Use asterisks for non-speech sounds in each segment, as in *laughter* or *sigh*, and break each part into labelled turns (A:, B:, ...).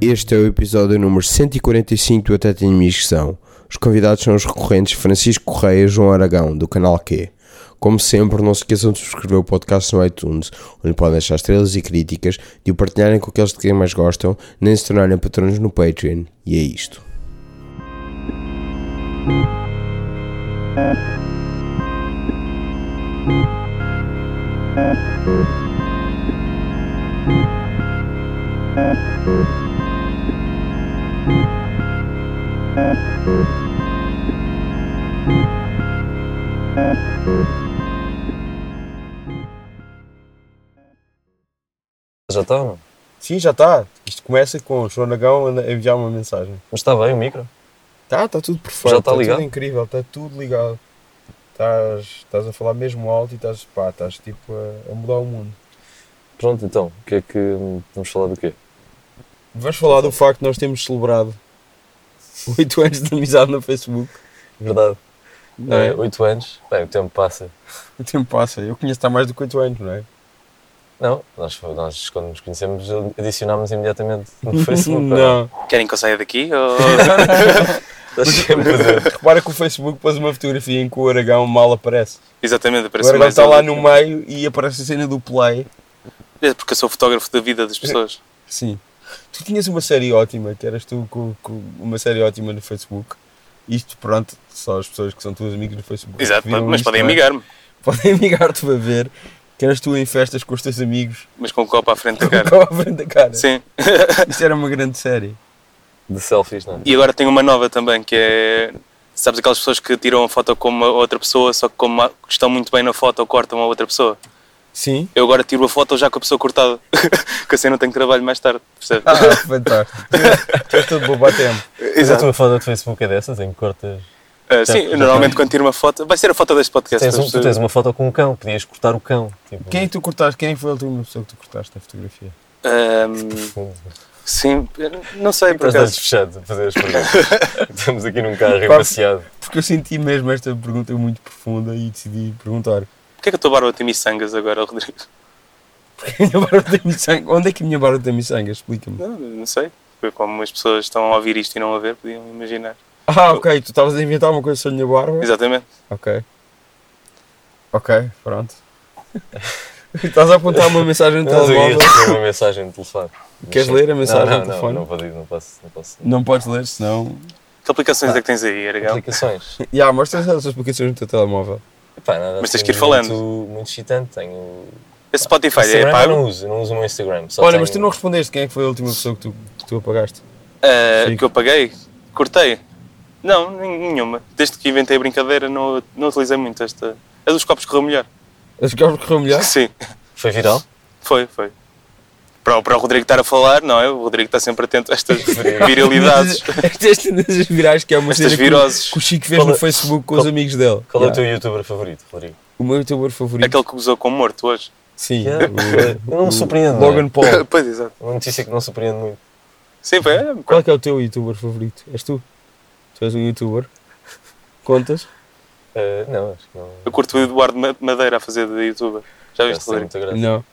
A: Este é o episódio número 145 do Até Tenho Minha Inscrição. Os convidados são os recorrentes Francisco Correia e João Aragão, do canal Q. Como sempre, não se esqueçam de subscrever o podcast no iTunes, onde podem deixar estrelas e críticas, de o partilharem com aqueles de quem mais gostam, nem se tornarem patronos no Patreon. E é isto.
B: Já tá, está, não?
C: Sim, já está. Isto começa com o João Nagão a enviar uma mensagem.
B: Mas está bem o micro?
C: Tá, está tudo perfeito.
B: Já está ligado?
C: tudo incrível, está tudo ligado. Estás, estás a falar mesmo alto e estás, pá, estás tipo a, a mudar o mundo.
B: Pronto, então, o que é que hum, vamos falar do quê?
C: Vamos falar do facto de nós termos celebrado 8 anos de amizade no Facebook.
B: Verdade.
C: Não é?
B: Oito anos. Bem, o tempo passa.
C: O tempo passa. Eu conheço-te há mais do que 8 anos, não é?
B: Não, nós, nós quando nos conhecemos adicionámos imediatamente
C: *laughs*
B: no Facebook.
C: não.
D: Querem que eu saia daqui? Ou...
B: Estás sempre a dizer.
C: Repara que o Facebook pôs uma fotografia em que o Aragão mal aparece.
D: Exatamente,
C: o
D: aparece
C: Aragão
D: mais
C: está
D: um
C: lá
D: do
C: no
D: que-
C: meio e aparece a cena do play.
D: É porque eu sou fotógrafo da vida das pessoas.
C: Sim. Tu tinhas uma série ótima, que eras tu com, com uma série ótima no Facebook. Isto, pronto, só as pessoas que são tuas amigas no Facebook.
D: Exato,
C: viram
D: mas
C: isto,
D: podem
C: não é?
D: amigar-me.
C: Podem amigar-te para ver que eras tu em festas com os teus amigos.
D: Mas com o copo
C: *laughs*
D: à frente da cara.
C: Cara. À frente da cara.
D: Sim.
C: Isto era uma grande série.
B: De selfies, não é?
D: E agora tem uma nova também, que é... Sabes aquelas pessoas que tiram a foto com uma outra pessoa, só que como estão muito bem na foto ou cortam a outra pessoa?
C: Sim.
D: Eu agora tiro a foto já com a pessoa cortada, *laughs* que assim não tenho trabalho mais tarde, percebes?
C: Ah, *laughs* fantástico. Tu- Tu és todo bobo a tempo.
B: Mas A tua foto do Facebook é dessas em que cortas.
D: Ah, sim, eu normalmente quando tiro uma foto... Vai ser a foto deste podcast.
B: Tens um-
D: das
B: tu
D: pessoas.
B: tens uma foto com um cão, podias cortar o cão. Tipo,
C: Quem é que tu cortaste? Quem foi a última pessoa que tu cortaste a fotografia?
D: Ahm, sim, não sei por
B: Estás de olhos
D: acaso.
B: fechados a fazer as perguntas. Estamos aqui num carro
C: Quase.
B: embaciado.
C: Porque eu senti mesmo esta pergunta muito profunda e decidi perguntar. *laughs*
D: Porquê é que a tua barba tem miçangas agora, Rodrigo?
C: Minha barba tem miçanga. Onde é que a minha barba tem miçanga? Explica-me.
D: Não, não sei. Foi como as pessoas estão a ouvir isto e não a ver, podiam imaginar.
C: Ah, ok, tu estavas a inventar uma coisa sobre a minha barba?
D: Exatamente.
C: Ok. Ok, pronto. *laughs* Estás a apontar uma mensagem no
B: Mas eu ia
C: um telemóvel?
B: receber uma mensagem de telefone.
C: Queres ler a mensagem
B: não,
C: do
B: não,
C: telefone?
B: Não, não, vou dizer, não posso. Não posso.
C: Não podes ler, senão.
D: Que aplicações é que tens aí, Aragão?
B: Aplicações.
C: Já, yeah, mostra essas aplicações no teu telemóvel.
B: Epá, nada
D: Mas
B: assim
D: tens que ir falando.
B: Muito, muito excitante. Tenho.
D: Esse Spotify
B: Instagram
D: é
B: eu não
D: pago?
B: uso, não uso o meu Instagram. Só
C: Olha,
B: tenho-
C: mas tu não respondeste quem é que foi a última pessoa que tu, que tu apagaste.
D: Ah,
C: Sim.
D: que eu paguei? Cortei? Não, nen- nenhuma. Desde que inventei a brincadeira não, não utilizei muito esta. A dos copos correu melhor.
C: As que correu melhor?
D: Sim,
B: Foi viral?
D: foi, foi. Para, o- para o Rodrigo estar a falar, não é? O Rodrigo está sempre atento
C: *laughs*
D: a estas viralidades,
C: Estas tendências virais que é uma
D: estas
C: cena É. que,
D: viroses.
C: que o Chico fez
B: Qual
C: no
B: é-
C: Facebook com os
B: qual-
C: amigos dele.
B: Qual
C: Yeah.
B: é o teu youtuber favorito,
C: *laughs*
B: Rodrigo?
C: O meu youtuber favorito.
D: Aquele que usou com morto hoje.
C: Sim.
B: Yeah,
C: o-
B: eu não me
C: o
B: surpreendo, não é?
C: Logan
B: *laughs*
C: Paul.
D: *laughs* Pois, exato.
B: Uma notícia que não surpreende muito.
D: Sim, foi. é,
C: Qual é que é o teu youtuber favorito? És tu? Tu és um youtuber? Contas?
B: Ah, não, acho que não.
D: Eu curto o Eduardo Ma- Madeira a fazer de youtuber. Já
B: Deve
D: viste,
B: ser
D: Rodrigo?
B: muito graça.
C: Não.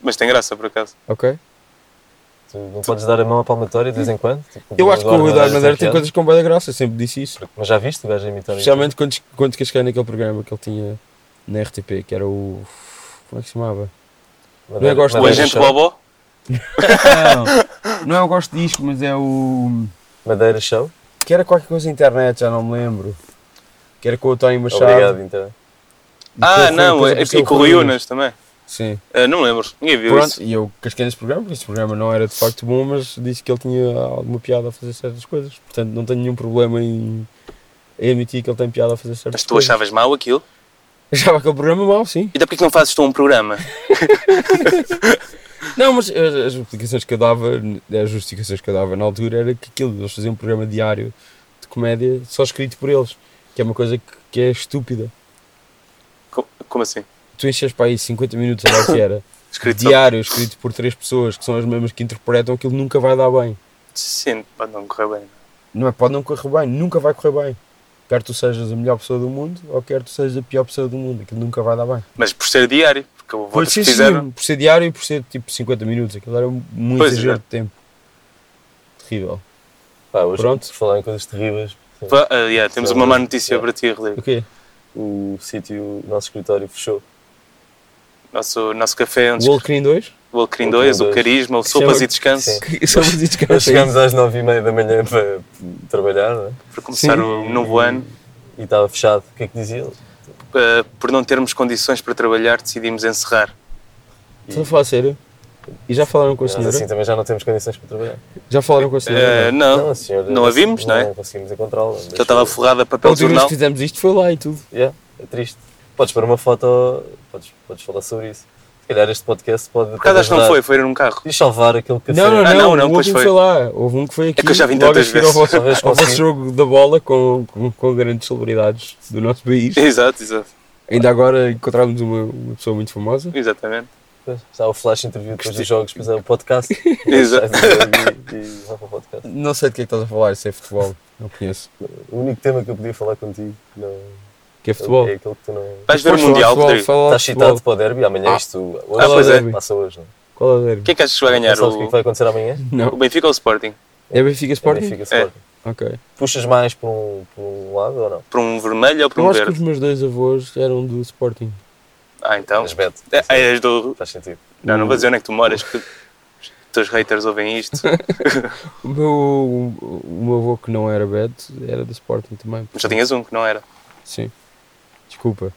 D: Mas tem graça, por acaso.
C: Ok.
B: Tu não podes dar a mão à palmatória de vez em quando? Tipo,
C: Eu acho que o Eduardo Madeira tem
B: piada.
C: coisas com boa graça, eu sempre disse isso.
B: Mas já viste o gajo a imitar o
C: Especialmente quando, des- quando descasquei naquele programa que ele tinha na RTP, que era o. Como é que se chamava?
B: youtuber? Madeira-
C: eu gosto
D: O
C: Madeira
B: Madeira
D: agente
B: Show.
D: Bobó?
C: Não, não é o Gosto Disco, mas é o.
B: Madeira Show.
C: Que era qualquer coisa na internet, já não me lembro. Que era com o Tony Machado.
B: Obrigado, então.
C: E
D: Ah,
C: foi- foi
D: não,
C: depois
D: é-
C: apareceu
D: e com o Rui Unas também.
C: Sim.
D: Ah, não me lembro, ninguém viu
C: Pronto,
D: isso.
C: e eu casquei nesse programa, porque esse programa não era de facto bom, mas disse que ele tinha alguma piada a fazer certas coisas. Portanto, não tenho nenhum problema em, em admitir que ele tem piada a fazer certas
D: Mas tu
C: coisas.
D: achavas mal aquilo?
C: Achava aquele programa é mau, sim.
D: Então porquê que não fazes tu um programa?
C: Não, mas as, as explicações que eu dava, eh, as justificações que eu dava na altura era que aquilo, eles faziam um programa diário de comédia só escrito por eles, que é uma coisa que, que é estúpida.
D: Co- Como assim?
C: Tu enches para aí 50 minutos, era o que era,
D: Escrito só-
C: diário *coughs* escrito por três pessoas que são as mesmas que interpretam, aquilo nunca vai dar bem.
D: Sim, pode não correr bem.
C: não é, pode não correr bem, nunca vai correr bem. Quer tu sejas a melhor pessoa do mundo ou quer tu sejas a pior pessoa do mundo, aquilo nunca vai dar bem.
D: Mas por ser diário, porque eu vou
C: Por
D: te
C: ser,
D: fizeram.
C: sim, por ser diário e por ser tipo 50 minutos, aquilo era muito
D: Pois,
C: exagero
D: exato.
C: de tempo. terrível.
B: Pá, hoje,
C: Pronto.
B: por falar em coisas terríveis,
D: Pá, ah, yeah, temos
B: Sim,
D: uma má
B: mas-
D: notícia
B: yeah.
D: para ti, Rodrigo.
C: O quê?
B: o sítio, o nosso escritório
C: *laughs*
B: fechou.
D: Nosso, nosso café onde
C: O Wolverine
D: *laughs*
C: 2?
D: o Alcrim 2, o
B: dois.
D: Carisma, o
C: Que
D: Sopas
C: chama-
D: e Descanso,
B: Sim.
C: Só vos diz que
B: Nós chegámos às nove e meia da manhã para trabalhar, não é?
D: para começar
C: Sim.
D: o novo ano.
B: E estava fechado. O que é que dizia ele?
D: Ah, por não termos condições para trabalhar, decidimos encerrar.
C: Estás a Então, falar a sério? E já falaram com a
B: Nós
C: senhora?
B: assim também já não temos condições para trabalhar.
C: Já falaram com Então, a
D: Ah,
C: senhora?
D: não,
B: a senhora-
D: não a vimos, não é?
B: Não conseguimos encontrá-la.
D: Ela estava forrada a
C: a
D: papel de
C: última vez
D: jornal.
C: que fizemos isto foi lá e tudo.
B: Yeah, é triste. Podes pôr uma foto, podes, podes falar sobre isso. Se calhar este podcast pode.
D: Por acaso acho que
C: É
D: não foi, foi ir num carro. *laughs*
B: E salvar aquele café.
C: Não, não,
D: Ah,
C: não,
D: não,
C: o
D: não,
C: último
D: pois foi. É
C: foi lá. Houve um que foi aqui.
D: que eu já vim
C: logo a
D: tantas
C: seguir
D: vezes.
C: Ao vosso,
D: *laughs*
B: Uma vez
C: ao vosso
B: consegui.
C: jogo da bola com, com, com grandes celebridades do nosso país.
D: Exato, exato.
C: Ainda agora encontramos uma, uma pessoa muito famosa.
D: Exatamente.
B: Está o flash interview depois dos jogos, depois é o podcast.
D: *laughs* Exato.
B: Sai do jogo e- e vai para o podcast.
C: Não sei de que é que estás a falar, se é futebol. Não conheço.
B: O único tema que eu podia falar contigo não,
C: Que é futebol.
B: é aquele que tu não.
D: Vais ver o
C: Podes falar
D: Mundial,
C: futebol,
D: Rodrigo.
C: fala
B: Estás
C: futebol.
B: Tá citado para o derby, amanhã
C: Ah.
B: isto. Hoje,
D: pois
C: é.
B: Passa hoje, não é?
C: Qual é o derby?
D: Quem é que achas que vai
B: Não
D: ganhar?
B: sabes o que é que
D: O,
B: vai acontecer amanhã?
D: o
C: Não.
D: Benfica ou o Sporting?
C: É Benfica Sporting?
B: Benfica
D: É.
B: Sporting.
C: Ok.
B: Puxas mais para um, para um lado ou não?
D: Para um vermelho ou para
C: Eu
D: um
C: acho que os
D: verde?
C: meus dois avós eram do Sporting.
D: Ah, então.
B: Mas Beto,
D: É, ah, és do.
B: faz sentido.
D: Não, não vou dizer onde é que tu moras, que os teus haters
C: *laughs*
D: ouvem isto.
C: O meu, o meu avô que não era Beto era do Sporting também.
D: Mas só tinhas um que não era.
C: Sim. Desculpa.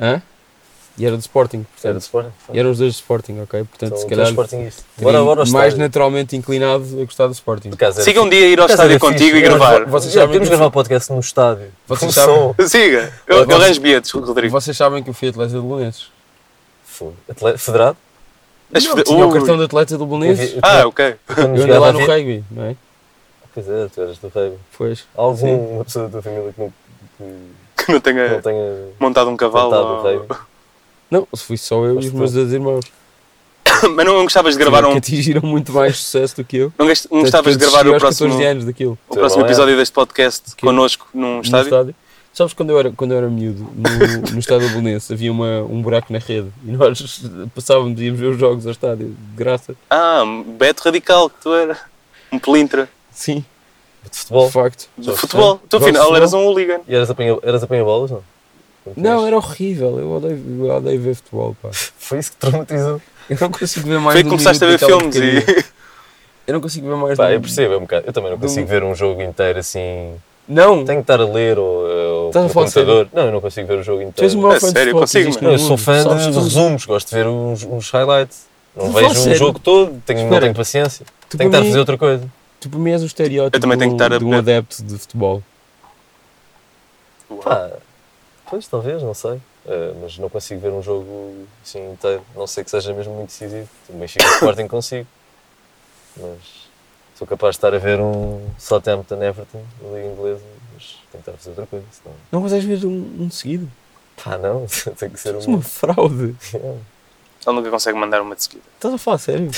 C: Hã? E era do Sporting,
B: Era de
C: portanto.
B: Sporting?
C: E eram os dois do Sporting, ok? Portanto,
B: Então,
C: se
B: tu
C: calhar.
B: és sportinguista.
C: teria
B: Bora, bora, ao
C: mais
B: estádio.
C: naturalmente inclinado a gostar do Sporting.
B: Por acaso era
D: Siga um
B: fixe.
D: dia ir ao
B: Por acaso
C: é
D: estádio
B: era
D: contigo e
B: fixe.
D: gravar.
C: Vocês
B: Já,
C: sabem
B: Temos
C: que-
B: de gravar podcast no estádio.
C: Vocês
B: Com
C: sabem-
B: som.
D: Siga! Eu, eu arranjo bilhetes, Rodrigo.
C: Vocês sabem que eu fui atleta do Bolonenses.
B: Fogo. Atle- Federado?
D: Mas
C: Não,
D: fe-
C: tinha o
D: Ui.
C: cartão de atleta do Bolonenses.
B: Eu-
D: Ah, ok. *laughs*
B: Quando
C: Eu andei
B: jogava
C: lá
B: a
C: no
B: vi-
C: rugby, não é?
B: Pois é, tu eras do rugby.
C: Pois.
B: Há Alguma pessoa da tua família que não, que
D: Que não
B: não
D: tenha
B: tenha
D: montado um cavalo.
B: tentado o
D: ou-
B: rugby?
C: Não, se fui só eu e os
B: Foste
C: meus dois irmãos.
D: *laughs* Mas não gostavas de gravar um.
C: Que atingiram muito mais sucesso do que eu.
D: Não gast- não
C: Portanto,
D: gostavas de
C: eu
D: gravar
C: desisti
D: o
C: aos
D: próximo,
C: 14 anos daquilo.
D: o próximo
B: Não é?
D: episódio deste podcast
C: Que-
D: connosco num
C: No
D: estádio?
C: estádio. Sabes quando eu era, quando eu era miúdo, no, no estádio Bolonense havia uma, um buraco na rede e nós passávamos, íamos ver os jogos ao estádio, de graça.
D: Ah, Beto Radical, que tu era. Um pelintra
C: Sim,
B: De futebol?
C: de facto.
D: de futebol.
C: Jogos
D: Tu,
C: de
D: afinal,
C: futebol?
D: eras um hooligan.
B: E eras apanha, eras apanha bolas, não? Quando
C: Não,
B: tinhas-
C: era horrível, eu odeio, eu odeio ver futebol, pá.
B: Foi isso que traumatizou.
C: Eu não consigo ver mais
D: Foi
C: de
D: que
C: um
D: começaste a ver
C: minuto daquela
D: filmes
C: porcaria.
D: *laughs* e.
C: Eu não consigo ver mais
B: Pá,
C: de um-
B: eu percebo, é um bocado. Eu também não
C: Do-
B: consigo ver um jogo inteiro assim.
C: Não,
B: Tenho que estar a ler ou, ou
C: Estás Tá, a
B: no
C: falar
B: computador. Não, eu não consigo ver o jogo inteiro.
C: tu és o maior
D: É
C: fã de
D: sério,
C: futebol
D: consigo,
C: que existe
B: Não,
C: no
B: eu sou
C: mundo.
B: fã
C: Sabes
B: de, de
C: tudo.
B: resumos, gosto de ver uns, uns highlights. Não
C: Não
B: vejo um
C: fala sério.
B: jogo todo, tenho, não
C: Espera.
B: tenho paciência.
C: Tu
B: tenho que
C: para
B: estar a
C: mim-
B: fazer outra coisa.
C: Tu para mim és o estereótipo
D: Eu também tenho que
C: de um-
D: estar a
C: de um
D: ver.
C: adepto de futebol.
B: Pá, pois talvez, não sei. Eh, mas não consigo ver um jogo assim inteiro. Não sei que seja mesmo muito decisivo. O Benfica e o Sporting consigo. Mas sou capaz de estar a ver um Southampton Everton, na Liga Inglesa. Mas tenho que estar a fazer outra coisa. Senão...
C: Não consegues ver um, um seguido.
B: Pá, não, *laughs* tem que ser
C: És uma
B: um.
C: fraude.
D: Ele nunca consegue mandar uma de seguida.
C: Estás a falar
D: *laughs*
C: sério?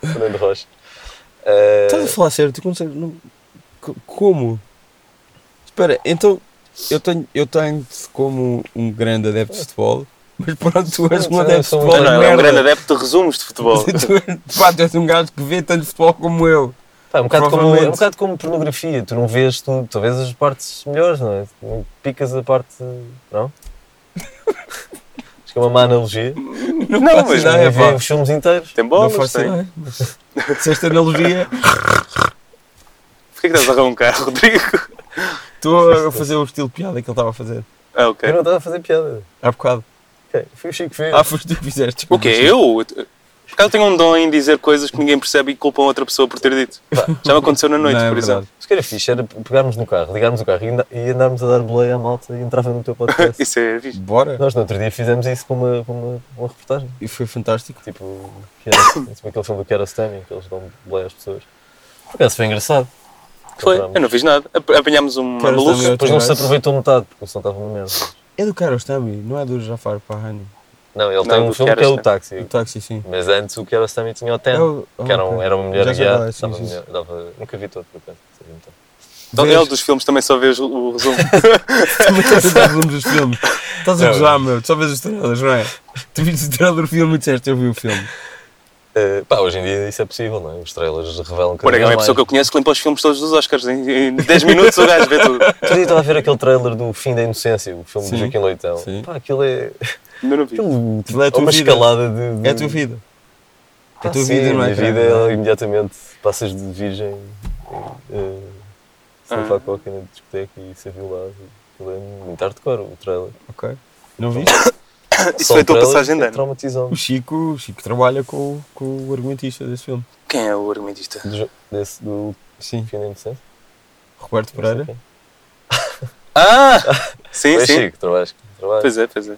B: Fernando Rocha. Eh,
C: Estás a falar sério? Tu consegues. Não... co- Como? Espera, então eu tenho eu tenho-te como um grande adepto de futebol, mas pronto, tu és um
B: Não,
C: adepto de
B: sou um-
C: futebol.
D: Ah,
C: de
D: não, ele é um
C: merda. *laughs*
D: grande adepto de resumos de futebol.
C: Tu és- pá, tu és um gajo que vê tanto futebol como eu.
B: Pá, é um bocado como, é um
C: Provavelmente.
B: bocado como pornografia, tu não vês tu, tu vês as partes melhores, não é? Tu Picas a parte. Não? Acho que é uma má analogia.
D: Não,
C: faço
D: mas
C: ideia.
B: Ninguém
C: é,
B: vê
C: pá.
B: os filmes inteiros.
D: tem
C: não
D: bolas,
C: faço
D: tem.
C: ideia. Se esta analogia,
D: Porquê que estás a arrancar, *laughs* Rodrigo?
C: estou a fazer o estilo de piada que ele estava a fazer
D: Ah,
B: Eu
D: ok.
B: não estava a fazer piada.
C: há bocado.
B: Ok, Foi o Chico que fez.
C: Ah, foste tu que fizeste.
D: É. O quê? Eu? Por acaso tenho um dom em dizer coisas que ninguém percebe e culpam outra pessoa por ter dito. Já me aconteceu na noite,
C: Não, é
D: por exemplo.
C: verdade.
B: Mas O que era fixe era pegarmos no carro, ligarmos o carro e, anda- e andarmos a dar boleia à malta e entrava no teu
D: *laughs*
B: podcast.
D: Isso é fixe.
C: Bora.
B: Nós no outro dia fizemos isso com uma, com uma, uma reportagem.
C: E foi fantástico.
B: Tipo, que era, tipo aquele filme do Kerastami, que eles dão boleia às pessoas. Por acaso foi engraçado.
D: Foi,
B: Encontramos.
D: eu não fiz nada. Ap- Apanhámos um
C: Quero
D: maluco.
C: saber-
B: Depois não se
C: Tivesse.
B: aproveitou metade, porque o som estava uma merda.
C: É do Karostami, não é do Jafar Pahani.
B: Não, ele
D: Não,
B: tem um
D: do
B: filme que é o
D: Kiarostami.
C: O
B: Táxi.
C: táxi, sim.
B: Mas antes o Kiarostami tinha o Ten,
C: É o- ah,
B: que era, um-
C: ok.
B: era uma mulher
C: Já
B: a
C: sei
B: guiar.
C: qual é, sim,
B: dava
C: sim,
B: mulher- dava- nunca vi todo, por acaso. então. sabia muito.
D: Daniel,
C: Vês?
D: dos filmes também só vês o-
C: *laughs*
D: o resumo.
C: Também estás a ver os filmes. Estás a
B: Não.
C: gozar, meu. Tu só vês os trailers, não é? Tu viste o trailer do filme e disseste, eu vi o filme.
B: Eh, pá, hoje em dia isso é possível, não é? Os trailers revelam
D: O
B: cada
D: Oregão é
B: vez
D: a
B: mais.
D: pessoa que eu conheço que limpa os filmes todos dos Oscars. Em- Em 10 minutos o gajo vê tudo.
B: Outro dia estava a ver aquele trailer do Fim da Inocência, o filme
C: Sim.
B: do Joaquim Leitão.
C: Sim.
B: Pá, aquilo é,
D: Ainda não vi.
B: aquilo
C: Aquilo é a
B: é
C: tua
B: uma
C: vida.
B: escalada de... de-
C: É a tua vida.
B: Pá,
C: a tua
B: sim,
C: vida, não é,
B: A minha
C: cara?
B: vida é imediatamente passas de virgem eh, sem
D: Ah.
B: falar qualquer na discoteca e ser violado. Aquilo é muito hardcore, o trailer.
C: Ok. Não vi?
D: Isso
B: Só
D: foi a
B: o
D: tua
B: trailer
D: passagem de
B: é
D: ano.
B: traumatizou-me.
C: O Chico, o Chico trabalha com, com o argumentista desse filme.
D: Quem é o argumentista?
B: Do jo- Desse, do
C: Sim.
B: Fim da Inocência.
C: Roberto Pereira.
D: Ah! *laughs* Sim,
B: É
D: sim.
B: Chico, trabalhas. trabalhas.
D: Pois é, pois é.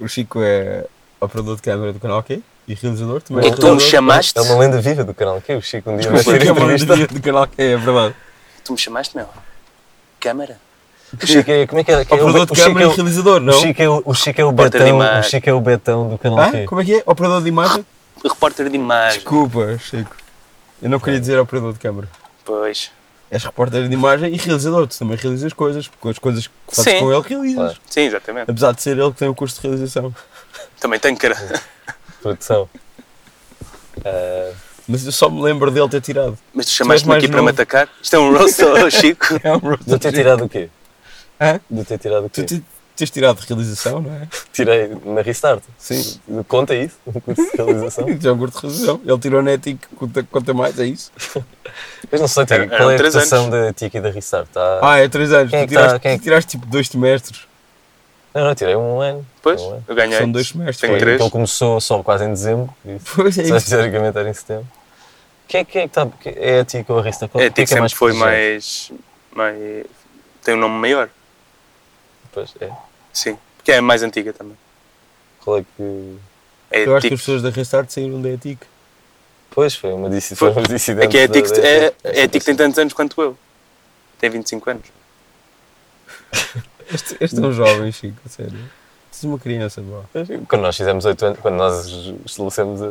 C: O Chico é operador de câmera do canal Q e realizador também.
D: O que é que tu me
C: realizador.
D: chamaste?
B: É uma lenda viva do canal que o Chico um dia vai
C: Mas
B: ser
C: é uma
B: entrevista.
C: lenda do canal Q, é verdade.
D: Tu me chamaste, meu? Câmara?
B: O Chico é, como é que é? Que é o,
C: Operador
B: o,
C: de câmera
B: Chico é,
C: e
B: o,
C: realizador, não?
B: o Chico é o, o Chico é o
D: Porta de
B: betão, o
D: imagem.
B: Chico é o betão do canal
C: Ah,
B: Q.
C: como é que é? Operador de imagem?
D: Repórter de imagem.
C: Desculpa, Chico. Eu não queria dizer operador de câmara.
D: Pois.
C: És repórter de imagem e realizador. Tu também realizas coisas, porque as coisas que fazes
D: Sim.
C: com ele realizas.
B: Claro.
D: Sim, exatamente.
C: Apesar de ser ele que tem o curso de realização.
D: Também tenho
C: *laughs*
D: cara.
B: Produção. Ah,
C: Mas eu só me lembro dele ter tirado.
D: Mas tu
C: és
D: chamaste-me
C: mais
D: aqui para me
C: novo.
D: atacar? Isto é um
C: *laughs*
D: roast ao Chico?
C: É um rosto.
B: de ter tirado o quê?
C: Hã?
B: De ter tirado o quê?
C: Tu te- tens tirado de realização, não é?
B: Tirei na Restart.
C: Sim.
B: Conta isso, *laughs* um curso de realização.
C: Já é um curso de realização. Ele tirou na ética, conta, conta mais, é isso?
B: Mas não sei Tiago,
D: Eram-
B: qual é a
D: eram três
B: cotação da Tiki e da Restart. Tá?
C: Ah, é 3 anos.
B: Quem é
C: tu
B: que tá-
C: tiraste,
B: quem é
C: tu
B: que-
C: tiraste tipo 2 semestres. *laughs*
B: Não, não, tirei um ano.
D: Pois,
B: Um ano.
D: eu ganhei.
C: São dois então semestres.
D: Tenho
C: pá.
B: Foi, Ele
D: três.
B: então começou só quase em dezembro.
D: *laughs*
B: Isso.
C: Pois é
B: Só
C: isso.
B: teoricamente era em setembro. Quem é, quem é que está. É a Tico ou a Restart? Qual-
D: É,
B: o que
D: Tico
B: é que é
D: sempre foi
B: prestigiante?
D: mais, mais. tem um nome maior.
B: Pois, é.
D: Sim. Porque é mais antiga também.
B: Qual é que.
D: É
C: Eu acho que
D: Tico.
C: as pessoas da Restart saíram da um ética.
B: Pois, foi uma dissidência.
D: Foi-
B: Foi uma dissidência.
D: É que é Tico,
B: da- da-
D: é,
B: da-
D: é Tico tem tantos anos quanto eu. Tem 25 anos.
C: Este, este é um jovem, Chico, a sério. Tu és uma criança, pá.
B: Quando nós fizemos 8 anos, quando nós estabelecemos a.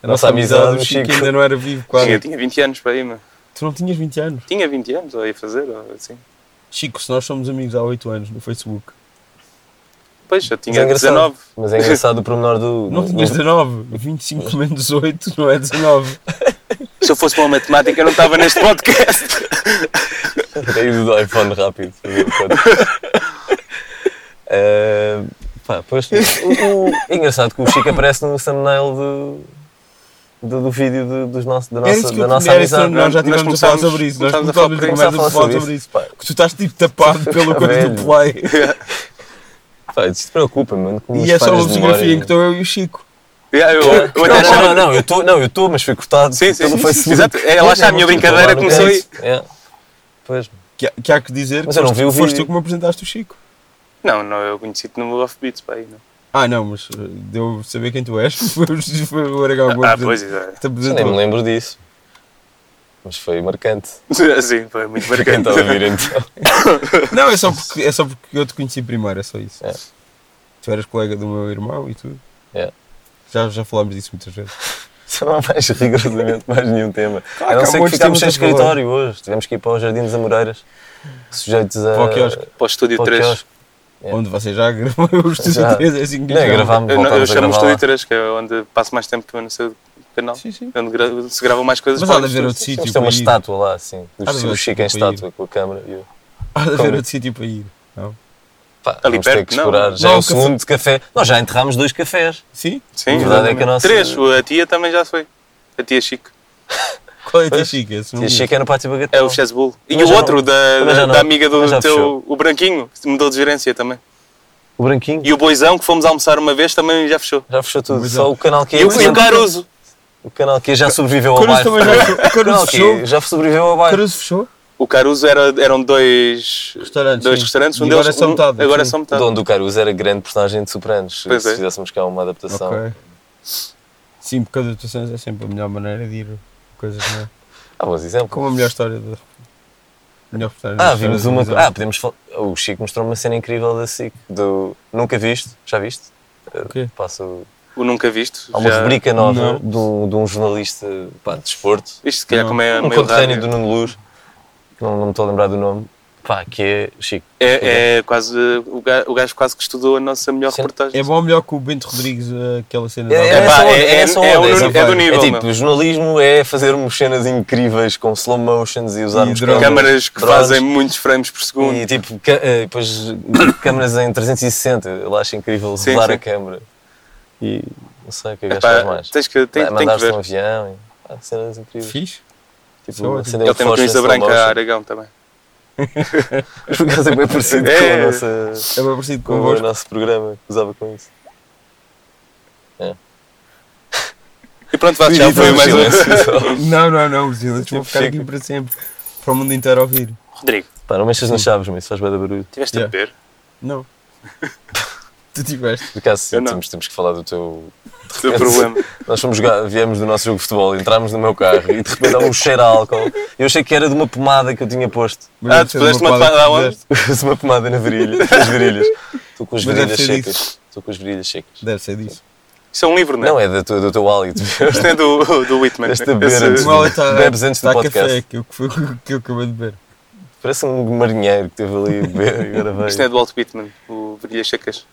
C: A
B: Nossa amizade,
C: o
B: o
C: Chico,
B: Chico.
C: ainda não era vivo,
D: Tinha,
C: quase.
D: tinha 20 anos para aí, mas.
C: Tu não tinhas 20 anos.
D: Tinha 20 anos, ou ia fazer, ou assim.
C: Chico, se nós somos amigos há 8 anos no Facebook.
D: Pois,
B: Mas
D: eu
B: é
D: tinha
B: engraçado.
D: 19.
B: Mas é engraçado o pormenor do.
C: Não
B: do-
C: tinhas
B: do-
C: 19. 25 menos 8 não é 19.
D: Se eu fosse bom a matemática, eu não estava neste podcast.
B: Daí do iPhone rápido. Eh, pá, pois, o, o- é engraçado que o Chico aparece no thumbnail do, do, do vídeo do, dos nosso, da
C: Era
B: nossa,
C: isso que
B: da
C: eu
B: nossa
C: tinha, era isso que
B: amizade.
C: nós já
D: Nós
C: estivemos a falar
D: começámos-
C: sobre isso. Nós
D: começámos
C: começámos
D: a falar
C: a
D: por aí.
C: conversar
B: Começámos a falar
C: sobre,
B: sobre
C: isso.
B: isso, pá.
C: Que tu estás
B: *laughs*
C: tipo tapado pela coisa
B: velho.
C: do play.
B: Pá, isso te preocupa, mano. com os
C: E é só
B: falhas
C: uma
B: de
C: fotografia
B: memória.
C: em que estou eu e o Chico.
D: Yeah, eu, eu
B: Não,
D: até achava-
B: não, não, eu estou, não, eu estou, mas foi cortado
D: Sim, sim,
B: pelo
D: sim,
B: Facebook.
D: exato. É, lá está, a minha
B: Estou
D: brincadeira
B: lá no
D: começou aí.
B: canto. É. Pois,
C: Que, há- que há que dizer
B: Mas
C: que
B: eu não
C: foste,
B: vi o
C: foste
B: vídeo.
C: tu que me apresentaste o Chico.
D: Não, não, eu conheci-te no Offbeats para aí, não.
C: Ah, não, mas eh, deu a saber quem tu és. *laughs* Foi, o- foi o Aragão que me
D: Ah,
C: apresentou.
D: pois, exato. *laughs*
C: Te
B: já nem me
C: apresentou.
B: lembro disso. Mas foi marcante.
D: Sim, foi muito
B: Quem está a
D: marcante.
B: ouvir então?
C: Não, é só, porque, é só porque eu te conheci primeiro, é só isso.
B: É.
C: Tu eras colega do meu irmão e tudo.
B: É.
C: Já, já falámos disso muitas vezes.
B: Só não há mais rigorosamente mais nenhum tema. a
C: há
B: não ser que
C: muitos
B: ficámos sem
C: temas a falar.
B: escritório hoje. Tivemos que ir para o Jardim dos Amoreiras, sujeitos a.
C: Para o quiosque.
D: Para o Estúdio
B: Para o
D: 3.
B: quiosque. É.
C: Onde você já gravou *laughs* o
B: Já.
C: Estúdio 3, é assim que
B: Não,
C: chama.
B: gravámos,
D: Eu, não, eu
B: voltámos a
D: chamo o
B: gravar lá.
D: Estúdio 3, que é onde passo mais tempo no seu canal.
C: Sim, sim.
D: Onde gra- se gravam mais coisas.
C: Mas há de
D: para o
C: haver outro
D: estúdio.
C: sítio
B: Temos ter
C: para
B: uma
C: ir.
B: estátua lá, assim.
C: Ah, mas
B: O Chico em
C: eu vou ir.
B: estátua com a câmera e eu.
C: Há de haver
B: Como?
C: outro sítio para ir. Não?
B: Pá,
D: Ali
B: vamos ter
D: perto,
B: que
D: não.
B: explorar. Já é
C: Não,
B: o
C: o café-
B: segundo café. Nós já enterrámos dois cafés.
C: Sim?
D: Sim,
B: A verdade é que a nossa-
D: Três, a tia também já foi. A tia Chico.
C: Qual é a tia Chica? Esse
B: E
C: nome?
B: o Chico é no Pátio
D: É
B: Bagatela.
D: o Chess Bull. E
B: Mas
D: o
B: já
D: outro,
B: não-
D: da,
B: mas já
D: da,
B: não-
D: da amiga
B: mas já
D: do teu,
B: fechou.
D: o Branquinho, que se mudou de gerência também.
B: O branquinho.
D: E o Boizão, que fomos almoçar uma vez, também já fechou.
B: Já fechou tudo.
C: Mas
B: Só
C: é.
B: o canal que
D: E o, e o Caruso.
B: O canal que já sobreviveu ao
C: Quando isso
B: bairro.
C: também já fechou.
B: O canal
C: Quando isso
B: que
C: fechou.
B: já sobreviveu ao bairro.
C: Quando isso fechou.
D: O Caruso era, eram dois
C: Restaurantes,
D: dois
C: sim.
D: restaurantes. Um
C: E
D: deles,
C: agora é só
D: um-
C: metade,
D: Agora é
C: sim.
D: só
B: O
D: metade.
B: dono do Caruso era grande personagem de Sopranos.
D: Pois
B: se
D: é.
B: fizéssemos cá uma adaptação.
C: Ok. Sim, porque as atuações é sempre a melhor maneira de ir a coisas, não é?
B: *laughs* Há bons exemplos.
C: Como a melhor história da. Melhor reportagem.
B: Ah,
C: da história
B: vimos
C: da
B: uma. co- Ah,
C: televisão.
B: podemos falar. O Chico mostrou uma cena incrível da SIC. Do... Nunca viste? Já viste?
C: O quê?
B: Passo...
D: O Nunca Visto.
B: Há uma
D: já-
B: rubrica
C: Não.
B: nova de um, de um jornalista pá, de desporto.
D: Isto, se calhar,
C: Não.
D: como é
B: um
D: meio
B: conterrâneo
D: rádio.
B: do Nuno Luz. que Não, não me estou a lembrar do nome. Pá, que é Chico.
D: É, é quase, o gajo, o gajo quase que estudou a nossa melhor
B: Sim.
D: reportagem.
C: É bom ou melhor que o Bento Rodrigues, aquela cena
B: É,
C: da-
B: é,
D: Epá,
B: essa onda,
D: é-
B: é essa
D: é- é
B: onda,
D: o-
B: essa
D: é do
B: vibe.
D: nível,
B: tipo,
D: meu.
B: jornalismo é fazermos cenas incríveis com slow motions e usarmos
C: drones.
D: Câmaras que
B: drones.
D: fazem muitos frames por segundo.
B: E tipo, ca- eh, depois câmaras em 360, ele acha incrível
D: Sim,
B: levar
D: sim.
B: a câmera. E não sei o que é que
D: Epá,
B: achas mais.
D: tens que, tem,
B: Vai,
D: tem que
B: Mandaste
D: ver.
B: um avião e pá, cenas incríveis.
C: Fixe? Isso é
B: Tipo,
C: ótimo.
B: acender
D: Ele tem uma
B: fósforo em
D: camisa
B: slow
D: branca a
B: motion.
D: Aragão também.
B: Mas *laughs* por acaso é bem parecido
D: É.
B: com, a nossa,
C: É bem parecido
B: com o
C: convosco.
B: nosso programa que usava com isso.
D: E pronto, vá, já foi
B: *laughs*
D: mais um.
B: um.
C: Não, não, não, Brasil, eles vão
B: Tipo,
C: ficar aqui
B: fica.
C: para sempre. Para o mundo inteiro ouvir.
D: Rodrigo,
B: Pá, não mexas nas chaves, mas faz bem da barulho. Tipo,
D: tiveste
C: Yeah.
D: a beber?
C: Não. *laughs* tu tiveste.
B: Por acaso, sim,
D: Eu não.
B: temos, temos que falar do teu.
D: O teu problema.
B: Nós fomos jogar, viemos do nosso jogo de futebol, entramos no meu carro e de repente há um cheiro a álcool. Eu achei que era de uma pomada que eu tinha posto.
C: Mas
D: Ah,
C: deve
D: tu
C: ser
D: puseste uma
C: quadra
D: toalha
B: *laughs*
C: que
D: aonde?
C: fizeste.
B: Pus uma pomada na virilha, nas virilhas. Estou com as
C: Mas é
B: virilhas
C: deve ser
B: secas. Estou com as virilhas secas.
C: Deve ser disso.
D: Isso é um livro,
B: Não,
D: não é?
B: é do teu, do teu hálito. *laughs*
D: Isto é do, do Whitman.
B: Deste
D: né?
B: beber
D: Esse-
B: antes.
C: O Mal está
B: Bebes antes do
C: está
B: podcast.
C: café, tá- que eu- que foi o que eu acabei de ver.
B: Parece um marinheiro que esteve ali a beber e
C: *laughs*
B: agora
D: Isto
B: veio.
D: é do Walt Whitman, o Brilhas Secas.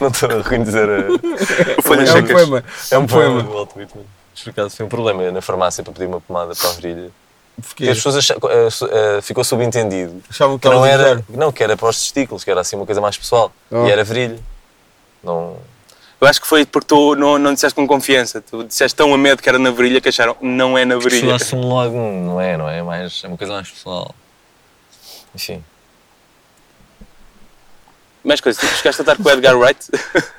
B: Não estou a reconhecer a...
C: *laughs*
D: O Folhas
C: É um
D: Secas.
C: poema.
B: É um poema
C: Poema.
B: do Walt Whitman. Mas, Por acaso foi um problema na farmácia para pedir uma pomada para a virilha.
C: Porque
B: Porque as pessoas acha- eh, su- eh, ficou subentendido
C: achavam que
B: que não
C: era
B: era, não, que era para os testículos, que era assim uma coisa mais pessoal.
C: Oh.
B: E era virilha. Não,
D: Eu acho que foi porque tu não, não disseste com confiança. Tu disseste tão a medo que era na virilha que acharam não é na virilha.
B: As pessoas assumem logo, "Hum, não é, não é? Mas é uma coisa mais pessoal. Enfim.
D: Mas coisa, tu chegaste a estar com o
C: *laughs*
D: Edgar Wright,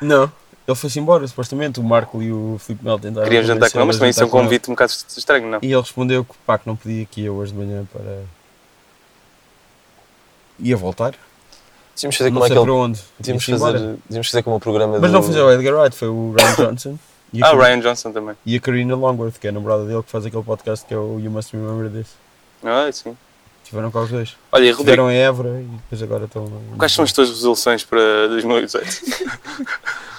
C: Não. Ele foi-se embora, supostamente. O Marco e o Filipe Mel tentaram.
D: queriam jantar com ele,
C: convencê-lo
D: mas
C: a
D: também isso é um
C: jantar com ele.
D: convite um bocado estranho, não?
C: E ele respondeu que pá, que não podia que ia hoje de manhã para. ia voltar.
B: Devíamos fazer
C: não
B: como
D: é
C: sei um para
B: aquele.
C: onde.
B: Devíamos
C: Ia-se embora.
B: fazer, devíamos fazer como o programa
C: Mas
B: do.
C: não é. fizeram o Edgar Wright, foi o
D: *coughs*
C: Ryan Johnson. E a,
D: eh, Ah, o
C: Karina-
D: Ryan Johnson também.
C: e a Karina Longworth, que é a namorada dele, que faz aquele podcast que é o You Must Remember This.
D: Ah, sim.
C: Tiveram cá os dois.
D: Olha, e Rodrigo,
C: Tiveram em Évora e depois agora estão.
D: quais são as tuas resoluções para 2018?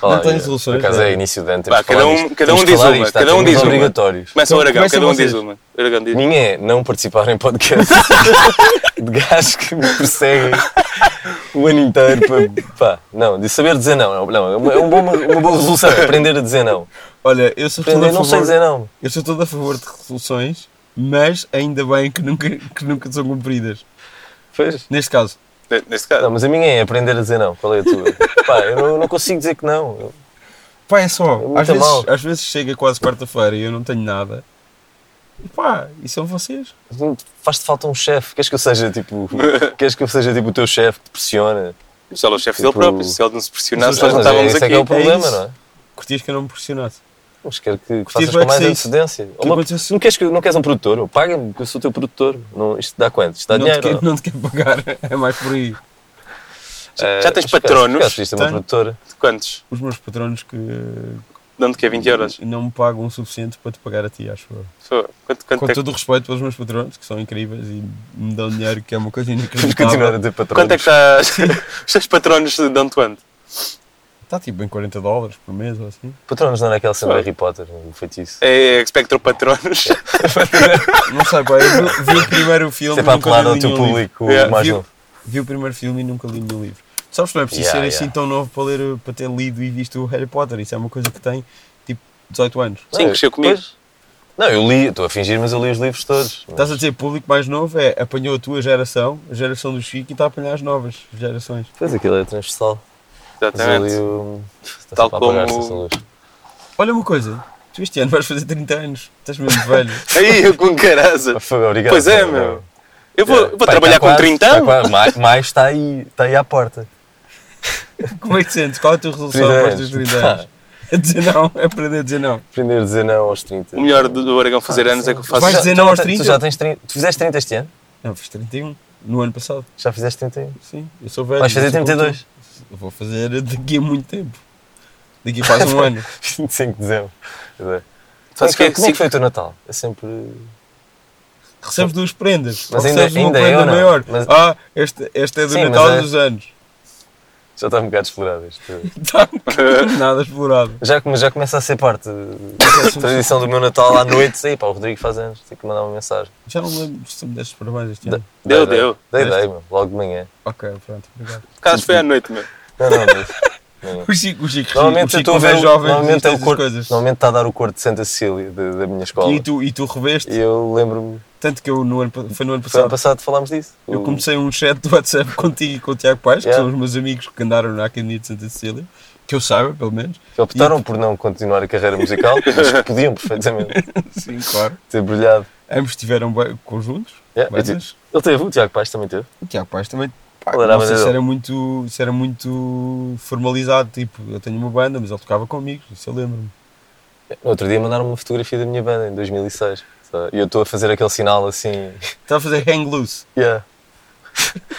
B: Olha,
C: não tem soluções,
B: Por acaso
C: não.
B: Ah, é início de ano.
D: Pá, cada um- cada um diz uma, cada um diz uma.
B: tá? obrigatórios.
D: Começa o
C: Então,
D: Aragão,
C: começam
D: cada um
C: vocês.
D: diz uma. Aragão diz.
B: Minha é não participar em podcasts
D: *laughs*
B: de gajos que me perseguem o ano inteiro para. Pá, não, de saber dizer não. Não, é uma, é uma boa, uma boa resolução. é Aprender a dizer não.
C: Olha, eu sou todo
B: Aprender,
C: a
B: não sei
C: favor.
B: dizer não.
C: Eu sou todo a favor de resoluções, mas ainda bem que nunca, *laughs* que nunca são cumpridas.
B: Pois.
C: Neste caso,
D: Ne- Nesse
B: Não,
D: caso.
B: mas a minha é aprender a dizer não. Qual é a tua?
D: *laughs*
B: Pá, eu não, eu não consigo dizer que não. Eu-
C: pá, é só.
B: muito
C: às, vezes,
B: mal.
C: às vezes chega quase quarta-feira e eu não tenho nada. E pá, e são vocês.
B: Faz-te falta um chefe. Queres que eu seja
D: *laughs*
B: tipo. queres que eu seja tipo o teu chefe que te pressiona?
D: Mas ele é o chefe
B: Tipo-
D: dele próprio. Se ele não se pressionasse,
C: Mas
D: nós não
B: Mas é-
D: estávamos
B: esse é
D: aqui.
B: que é o problema,
C: isso.
B: não é?
C: Curtias que eu não me pressionasse.
B: Mas quero que, que faças
C: Curtias bem
B: com
C: que
B: mais
C: sei
B: antecedência.
C: Que
B: Uma-
C: acontece-
B: não, queres que, não queres um produtor? Meu? Paga-me que eu sou teu produtor. Não, isto dá quanto? Isto dá
C: não, te
B: dinheiro?
C: quero, não te quero pagar, *laughs* é mais por aí.
B: Eh,
D: já
B: mas
D: tens
B: ficaste-
D: patronos?
B: ficaste isto é uma
C: Tenho.
B: produtora.
D: Quantos?
C: Os meus patronos que
D: Dando que é 20 euros?
C: não me pagam o suficiente para te pagar a ti, acho eu.
D: Pô, Quanto, quanto
C: Com
D: é que-
C: todo o respeito pelos meus patronos, que são incríveis e me dão dinheiro, que é uma
B: *laughs*
C: coisa
B: Vamos continuar a
C: inacreditável.
B: ter patronos.
D: Quanto é que está. *laughs* Os teus patronos dão-te quanto?
C: Está tipo em 40 dólares por mês ou assim. *laughs*
B: Patronos não era aquela cena do Harry Potter, o feitiço.
D: É Spectro Patronos.
C: Não sei, pá, eu vi, vi o primeiro filme
B: Isso é
C: e
B: para
C: nunca
B: apelar
C: li
B: ao teu
C: nenhum livro.
B: público
D: Yeah.
B: mais
C: Viu?
B: novo.
C: Vi o primeiro filme e nunca li nenhum livro. Sabes, não é preciso
B: Yeah,
C: ser
B: yeah.
C: assim tão novo para, ler, para ter lido e visto o Harry Potter. Isso é uma coisa que tem tipo 18 anos. É.
D: Sim,
B: Não,
D: cresceu comigo.
B: pois. Não, eu li, estou a fingir, mas eu li os livros todos.
C: Estás a dizer, público mais novo é apanhou a tua geração, a geração do Chico e está a apanhar as novas gerações.
B: Pois aquilo é transversal. Mas eu li
D: Exatamente.
B: o. Está
D: Tal
B: sempre a apagar
D: como-
B: esta luz. *laughs*
C: Olha uma coisa, tu este ano vais fazer 30 anos, estás mesmo
B: *laughs*
C: velho.
D: Aí eu com caraça.
B: Ah, foi, Obrigado.
D: Pois é,
B: foi,
D: meu.
B: obrigado.
D: Eu vou,
B: É.
D: vou
B: Pá,
D: trabalhar
B: tá
D: com
B: quase,
D: 30
B: tá
D: anos.
B: quase. Mais- Mais está aí, está aí à porta.
C: Como é que te sentes? Qual é a tua resolução
B: 30
C: para os teus
B: anos.
C: 30 anos? A dizer não, é aprender a dizer não.
B: Aprender a dizer não aos 30.
D: O melhor do, do Aragão fazer anos é que eu faço.
C: Vais
B: Já-
C: dizer
B: tu
C: não
B: já
C: aos
B: te-
C: 30?
B: Tu já tens 30. Tu fizeste 30 este ano?
C: Não, fiz 31 no ano passado.
B: Já fizeste 31.
C: Sim, eu sou velho.
B: Vais fazer
C: eu sou como
B: *laughs* 32.
C: tu. Eu vou fazer daqui a muito tempo. Daqui
B: *laughs*
C: a quase um ano.
B: 25 de dezembro. Pois é. Como é
D: Sabes
B: que,
D: que-
B: como é que foi o teu Natal? É sempre.
C: Recebes duas prendas.
B: Mas
C: Ou
B: ainda-
C: recebes uma
B: ainda é
C: prenda
B: ou não?
C: maior.
B: Mas-
C: Ah, este, este é do
B: Sim, mas
C: Natal
B: é-
C: dos anos. *laughs*
B: Já
C: Tá.
B: está um bocado explorado isto.
C: Nada explorado.
B: Já, come- já começa a ser parte da tradição do meu Natal à noite. Aí, pá, o Rodrigo faz anos, tenho que mandar uma mensagem.
C: Já não me lembro se tu me deste parabéns este
B: Da-
C: ano.
D: Deu,
B: Dei,
D: deu.
B: Dei, dei, meu, logo de manhã.
C: Ok, pronto, obrigado. *laughs*
D: Por acaso foi à noite, meu. *laughs*
B: Não, não, mas-
C: O Chico, o Chico, o
B: Normalmente eu
C: Chico
B: estou a
C: quando
B: ver.
C: é jovem
B: Normalmente,
C: normalmente
B: é o corpo,
C: coisas.
B: normalmente está a dar o corpo de Santa Cecília de- da minha escola.
C: E tu, e tu reveste,
B: E eu lembro-me,
C: tanto que eu no ano, pa- foi no ano
B: foi ano
C: passado,
B: passado falámos disso.
C: eu
B: O-
C: comecei um chat do WhatsApp *laughs* contigo e com o Tiago Paes, que
B: Yeah.
C: são os meus amigos que andaram na Academia de Santa Cecília, que eu saiba, pelo menos.
B: que optaram por não continuar a carreira
C: *laughs*
B: musical, mas que podiam perfeitamente
C: Sim, claro.
B: ter brilhado.
C: Ambos tiveram ba- conjuntos,
B: Yeah, eu
C: bandas.
B: Ele teve, o Tiago Paz também teve.
C: É, O Tiago Paes também. Pá,
B: Ele era a
C: não sei
B: banda
C: se
B: dele.
C: era, muito, se era muito formalizado, tipo, eu tenho uma banda, mas ele tocava comigo, isso eu lembro-me.
B: No outro dia mandaram uma fotografia da minha banda em 2006. só, E eu estou a fazer aquele sinal assim. *laughs*
C: Estava a fazer hang loose.
B: Yeah.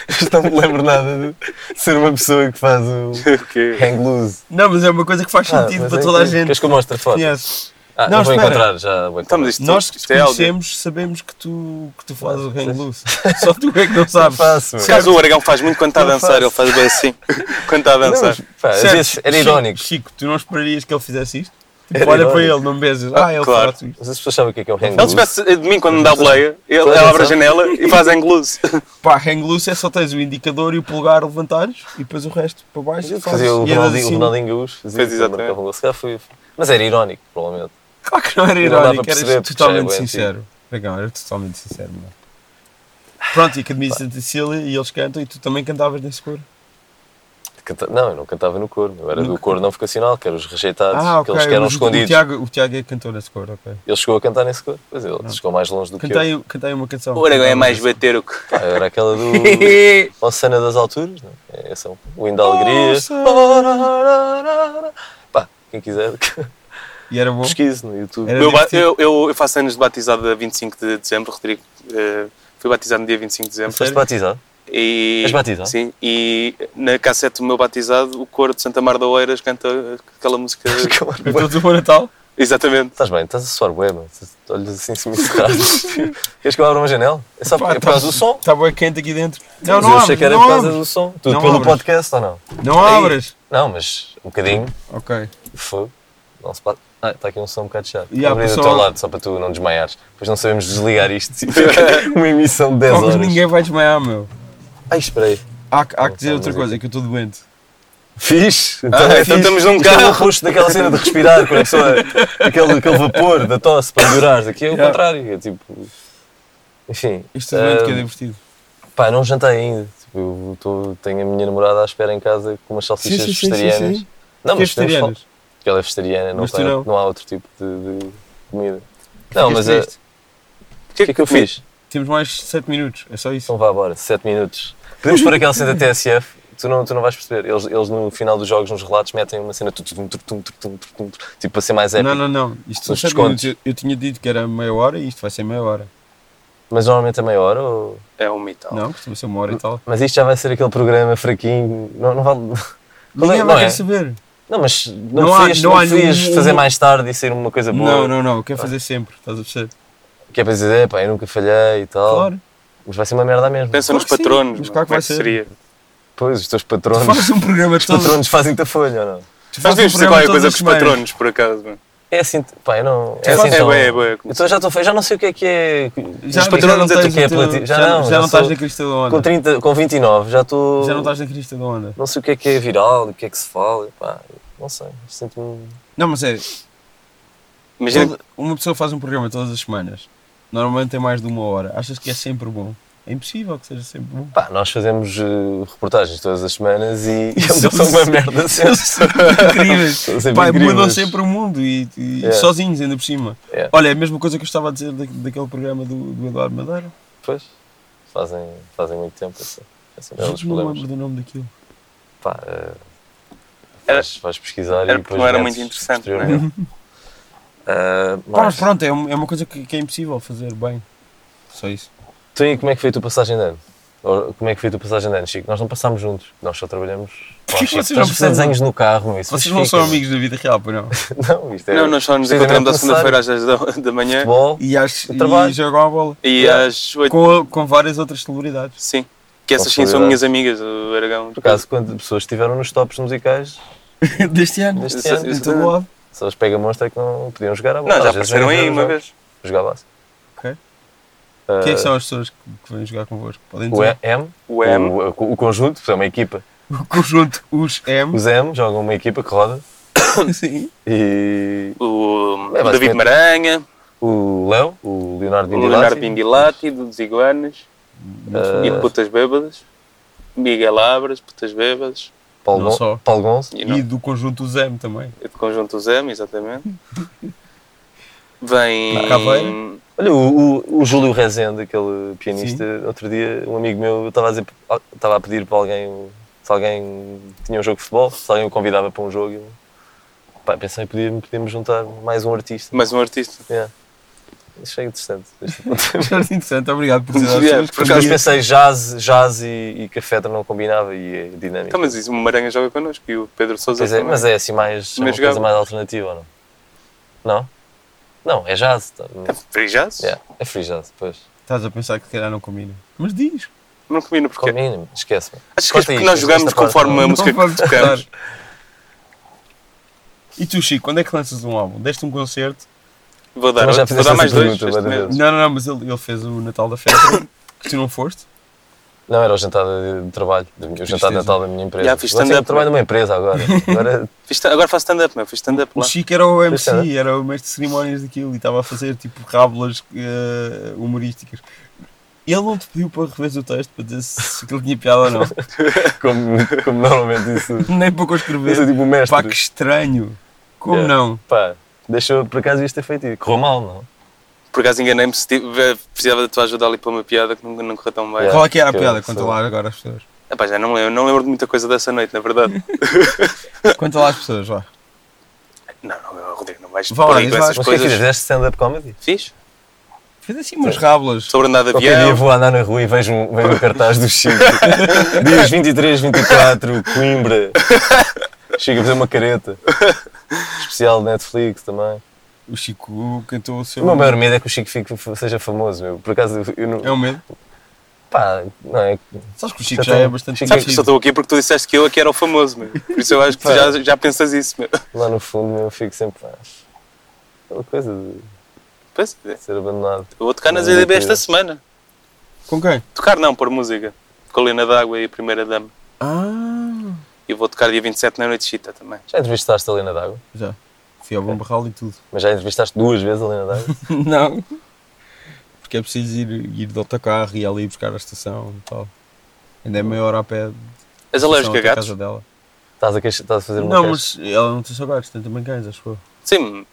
B: Mas não me lembro nada de ser uma pessoa que faz o
D: O quê?
B: hang loose.
C: Não, mas é uma coisa que faz sentido
B: mas
C: para
B: é
C: toda a
B: incrível.
C: gente.
B: Queres que eu mostre a foto?
C: Conheces.
B: Ah,
C: Não,
B: não, vou
C: espera.
B: encontrar já. Vou
D: Então,
B: encontrar.
D: mas isto,
C: Nós que
D: isto
C: te
D: é áudio.
C: conhecemos, sabemos que tu, que tu fazes o
B: Não,
C: hang loose. *laughs* Só tu é que não sabes.
B: faço, meu.
D: Por acaso o Aragão faz muito quando está a
B: Eu
D: dançar, ele faz bem assim. *laughs* Quando está a
B: Não,
D: dançar.
B: mas, pá, às
C: Certo,
B: vezes era
C: Chico-
B: irónico.
C: Chico, tu não esperarias que ele
B: *laughs*
C: fizesse isto? Tipo,
B: Era
C: olha para
B: irónico.
C: ele, não me beijas. Ah, ele
D: claro.
C: faz isto.
B: Mas as pessoas sabem o que é, que é o hang
D: Ele
B: loose.
D: tivesse de mim quando me dá boleia, ele,
B: Toda
D: ela abre a
B: dançar.
D: janela e
B: *laughs*
D: faz anglos.
C: Pá, hang loose é só tens o indicador e o polegar levantados e depois o resto para baixo. fazes.
B: Fazia o
C: E andas
B: Ronaldinho, o
C: assim.
B: Ronaldinho Gaúcho. Fazia
D: Fez
B: isso,
D: exatamente.
B: marcava um gol. Se calhar foi- Mas era irónico, provavelmente.
C: Claro que não era
B: Não dá
C: irónico,
B: para perceber,
C: eras
B: porque
C: totalmente
B: já é bué
C: sincero. Legal, era totalmente sincero, mano. Pronto, e Academia de Santa Cecília e eles cantam e tu também cantavas nesse coro.
B: Canta- Não, eu não cantava no coro. Eu era do coro não vocacional, que eram os rejeitados,
C: Ah, ok.
B: aqueles que eram
C: mas o- O
B: escondidos.
C: Tiago, o Tiago é que cantou nesse coro, ok.
B: Ele chegou a cantar nesse coro. Pois é, ele chegou mais longe do que eu.
C: Cantei, cantei uma canção.
D: O Aragão é mais bater o que.
B: *laughs* Pá, era aquela
C: *laughs*
B: do Oceana das Alturas, não é? Esse é o Hino da Alegria. Pá, quem quiser,
C: E era bom.
B: pesquise no YouTube.
C: Era
D: Eu, ba-
C: divertido.
D: eu- eu- eu faço anos de batizado a 25 de dezembro, Rodrigo. Eh, fui batizado no dia 25 de dezembro.
B: Foste batizado?
D: E,
B: És batizado?
D: Sim, e na cassete do meu batizado, o coro de Santa Mar da Oeiras canta aquela música.
C: Cantou do Bom Natal.
D: Exatamente.
B: Estás bem, estás a suar bué, mano. Olhas assim se me encerrares.
C: *laughs*
B: Queres que eu abra uma janela? É só por, é por causa do som.
C: Está bem Tá quente aqui dentro. Não,
B: Mas
C: não
B: eu achei
C: abres,
B: que era
C: não
B: por causa
C: abres.
B: do som. Tudo
C: Não
B: pelo
C: abres.
B: podcast ou não?
C: Não abras.
B: Não, mas um bocadinho.
C: Ok.
B: Fogo. Não se pode. Ah, está aqui um som um bocado chato.
C: E há
B: Vou abrir do
C: pessoal-
B: teu lado, só para tu não desmaiares. Pois não sabemos desligar isto. *laughs* e fica uma emissão de 10
C: Não, mas
B: horas.
C: ninguém vai desmaiar, meu.
B: Ai, esperei.
C: Há, que- há que dizer
B: Não,
C: outra
B: mas é
C: coisa, é que eu estou doente.
B: Fiz! Então,
D: Ah,
B: é
D: então
B: fixe.
D: estamos num
B: Aquele
D: carro.
B: rosto daquela cena de respirar, quando a
D: *laughs*
B: pessoa, aquele, aquele vapor da tosse para melhorar. Aqui é o
C: Yeah.
B: contrário. É tipo. Enfim.
C: Isto doente
B: ah,
C: que é divertido.
B: Pá, não jantei ainda. Tipo, eu tô- tenho a minha namorada à espera em casa com umas salsichas vegetarianas. Não, mas podemos falar-
C: Vegetarianas.
B: Porque ela é vegetariana, não,
C: Mas tu
B: tem-
C: não.
B: não há outro tipo de, de comida. Não, mas é-
C: Ficaste
B: o que é que eu fiz?
C: Temos mais 7 minutos, é só isso.
B: Então vá bora, 7 minutos. Podemos pôr aquela cena da TSF, tu não, tu não vais perceber. Eles, eles no final dos jogos, nos relatos, metem uma cena tutum, tutum, tutum, tutum, tutum, tipo para ser mais épico.
C: Não, não, não. Isto são
B: Os
C: 7
B: descontos.
C: minutos. Eu, eu tinha dito que era meia hora e isto vai ser meia hora.
B: Mas normalmente é meia hora ou.
D: É um mito.
C: Não, costuma ser uma hora e tal.
B: Oh. Mas isto já vai ser aquele programa fraquinho. Não, não vale. Qual é-
C: Ninguém
B: não,
C: vai
B: é?
C: querer saber.
B: não, mas não,
C: Não há-
B: preferias,
C: não
B: não
C: há
B: preferias
C: nenhum- um-
B: fazer mais tarde e ser uma coisa boa.
C: Não, não, não. Eu quero fazer sempre, estás a perceber?
B: Que é para dizer, "É, pá, eu nunca falhei e tal.
C: Claro.
B: Mas vai ser uma merda mesmo.
D: Pensa
C: Claro
D: nos
C: que sim,
D: patronos.
C: mas
D: mano,
C: claro que vai
D: como é que
C: ser.
D: seria?
B: Pois, os teus
C: Tu
B: patronos.
C: fazes um programa
B: Os
C: todo.
B: patronos fazem-te a folha ou não?
C: tu
D: Nós
C: fazes um
D: devíamos ter
C: programa
D: qualquer
C: todas
D: coisa
C: as
D: com os
C: semanas.
D: patronos, por acaso. mano.
B: É assim, pá, eu não. É
D: É
B: assim, então-
D: bué, é bué.
B: Eu tô- já estou feio, já não sei o que é que é.
C: Já,
B: Os
C: já não
B: patronos é tu
C: tens
B: que é
C: o teu-
B: platino. Já, não,
C: já não
B: sou-
C: estás na crista da
B: com,
C: onda.
B: 30, com 29, já estou.
C: Já não estás na crista da onda.
B: Não sei o que é que é viral, o que é que se fala, pá, não sei. Sinto-me.
C: Não, mas é,
D: Imagina
B: é
C: Toda- uma pessoa faz um programa todas as semanas, normalmente tem mais de uma hora, achas que é sempre bom? É impossível que seja sempre
B: *laughs*
C: bom.
B: Pá, nós fazemos eh, reportagens todas as semanas e e
C: *laughs* Isso-
B: eles *laughs* são uma merda sempre.
C: Incríveis!
B: São sempre
C: Pá,
B: incríveis.
C: mudam sempre o mundo e, e
B: Yeah.
C: sozinhos, ainda por cima.
B: Yeah.
C: Olha, é a mesma coisa que eu estava a dizer da, daquele programa do, do Eduardo Madeira.
B: Pois, fazem, fazem muito tempo. Assim. Assim, é um dos
C: Juro que não me
B: problemas.
C: lembro do nome daquilo.
B: Pá, eh,
D: Era-
B: vais, vais pesquisar e
D: era porque
B: depois.
D: não é? era
B: metes
D: muito interessante,
B: posteriormente.
C: *laughs*
B: Eh,
C: Pá,
B: mas,
C: mas pronto, é, um- é uma coisa que, que é impossível fazer bem. Só isso.
B: Então, e como é que foi a tua passagem de ano? Ou, como é que foi a tua passagem de ano, Chico? Nós não passámos juntos, nós só trabalhamos. Pá,
C: que
B: Chico,
C: *laughs* vocês
B: estás a
C: não
B: fazer
C: passaram?
B: desenhos no carro, meu, isso
C: Vocês não
B: justifica,
C: são amigos da vida
B: *laughs*
C: real, pois não?
B: meu. Não, isto é.
D: Não, é. nós só nos
B: isto é
D: encontramos à
B: necessário.
D: segunda-feira às 10 da, da manhã
B: Futebol,
C: E, acho,
B: Eu trabalho.
C: e jogam a bola.
D: e às 8.
C: Com, com várias outras celebridades.
D: Sim. Que essas sim são
B: Possibilidade.
D: minhas amigas, o Aragão.
B: Por acaso, quando pessoas estiveram nos tops musicais,
C: Deste ano.
B: *laughs* Deste
C: Deste
B: ano,
C: ano. Então, Em
D: isso
C: todo
D: também.
C: lado.
B: só os pega monstra é que não podiam jogar a bola.
D: Não, já
B: Às vezes
D: apareceram
B: nem
D: aí
B: jogaram
D: uma
B: jogos.
D: vez.
B: Jogar base.
C: Ok.
B: Ah,
C: Quem é que são as pessoas que que vêm jogar convosco? Podem
B: Eh, O
C: dizer.
B: M,
D: O M.
B: o, o- o conjunto, porque é uma equipa.
C: O conjunto, os
B: *laughs*
C: M.
B: Os M jogam uma equipa que roda
C: Sim.
B: e
D: O,
B: É,
D: o
B: basicamente.
D: David Maranha,
B: o Léo, o Leonardo
D: o
B: Vindilati,
D: Leonardo Bindilati, do dos Iguanas, e Putas Bêbadas, Miguel Abras, Putas Bêbadas,
B: Paulo,
C: Não só.
B: Gon Paulo Gonço,
D: e, não,
C: E do conjunto os
B: *laughs*
C: M também.
D: é de conjunto os M, exatamente. Vem.
C: Ah, Caveira?
B: Olha, o, o, o Júlio Rezende, aquele pianista, outro dia um amigo meu estava a, dizer- estava a pedir para alguém se alguém tinha um jogo de futebol, se alguém o convidava para um jogo. eu, Pá, pensei, podíamos, podíamos juntar mais um artista.
D: Mais um artista.
B: Yeah. Achei
D: *laughs*
B: interessante. este ponto.
C: Jardim de Santo, obrigado por dizer às
D: Yeah,
C: pessoas que
D: por
B: Mas
D: acaso,
B: pensei, jazz, jazz e, e café não combinava e é dinâmico.
D: Então, mas isso, o Maranha joga connosco e o Pedro Souza
B: Pois é,
D: também.
B: mas é assim mais, é uma coisa
D: Mas jogava.
B: mais alternativa ou não? Não? Não, é jazz. tá-
D: Free Jazz?
B: Yeah, é free jazz, pois.
C: Estás a pensar que se calhar não combina. Mas diz.
D: Não combina porque.
B: Combina, esquece-me.
D: Achas que é
B: Corta
D: porque
B: isto,
D: nós jogamos
B: esta parte.
D: conforme a
C: Não
D: música que
C: vamos
D: tocamos?
C: cortar. E tu, Chico, quando é que lanças um álbum? Deste um concerto?
D: Vou dar,
B: Então já
D: vou
B: fizeste
D: dar mais
B: essa
D: dois.
B: pergunta,
D: este
B: vai dar
D: mês.
C: Não, não, não, mas ele, ele fez o Natal da Festa, *coughs* que tu não foste.
B: Não, era o jantar de, de trabalho, do- o jantar de
C: tristeza.
B: Natal da minha empresa.
D: Já fiz
B: Agora
D: stand-up,
B: tenho que trabalho numa empresa agora. Agora
D: Fiz sta- Agora faço stand-up, meu. Fiz stand-up
C: O
D: lá.
C: Chico era o MC,
B: Fez
C: era o mestre de cerimónias daquilo e estava a fazer tipo rábulas eh, humorísticas. Ele não te pediu para rever o texto para dizer se se aquilo tinha piada
B: *laughs*
C: ou não.
B: *laughs* como, como normalmente isso.
C: Nem
B: Isso
C: para
B: é
C: coescrever.
B: tipo o mestre.
C: Pá, que estranho. Como
B: Yeah.
C: não?
B: Pá, deixou por acaso isto ter feito. e Correu mal, não?
D: Por acaso enganei-me se tive- precisava da tua ajuda ali para uma piada que não, não correu tão bem.
B: Yeah.
C: Qual é que era a
B: que eu
C: piada?
B: sou-
C: Conta lá agora às pessoas.
D: Epá, já não me lembro. Não lembro de muita coisa dessa noite, na verdade.
C: Conta lá às pessoas, vá.
D: não, não, Rodrigo, não vais
C: Vá
D: por
C: lá,
D: aí com
C: diz lá.
D: essas
B: Mas o que é que
D: coisas.
B: fizeste stand-up comedy?
D: Fiz?
C: Fez assim umas rábulas.
D: Sobre andar de
B: Qualquer dia
D: avião.
B: vou andar na rua e vejo um, vejo um cartaz do
D: *laughs*
B: Chico. Dias 23, 24, Coimbra. Chico a fazer uma careta. Especial de Netflix também.
C: O Chico cantou o seu.
B: O meu maior medo é que o Chico fique, seja famoso, meu. Por acaso, eu não.
C: É um medo.
B: Pá, não é.
C: Sabes que o Chico
B: Já
C: já é
B: tem-
C: bastante
B: Chico-
D: Sabes que só
C: conhecido.
D: estou aqui porque tu disseste que eu aqui era o famoso, meu. Por isso eu acho que tu já, já pensas isso, meu.
B: Lá no fundo, meu, eu fico sempre. Pá, aquela coisa de
D: Pois é.
B: ser abandonado.
D: Eu vou tocar nas
B: Não,
D: EDB esta
B: mentira.
D: semana.
C: Com quem?
D: Tocar não, pôr música. Colina d'Água e a Primeira Dama.
C: Ah,
D: E vou tocar dia 27 na Noite de Chita também.
B: Já entrevistaste a Lena D'Água?
C: já. Fui ao bom barral e tudo.
B: Mas já entrevistaste duas vezes a Lena D'Água?
C: Não. Porque é preciso ir, ir de autocarro e ali buscar a estação e tal. Ainda é meia hora a pé. da
D: És
C: estação
D: alérgico a
C: até a
D: gatos?
C: casa dela.
B: Estás a, queixa- estás a fazer uma
C: Não,
B: queixa?
C: mas ela não tem só gatos, tem também cães, acho eu.
D: Sim.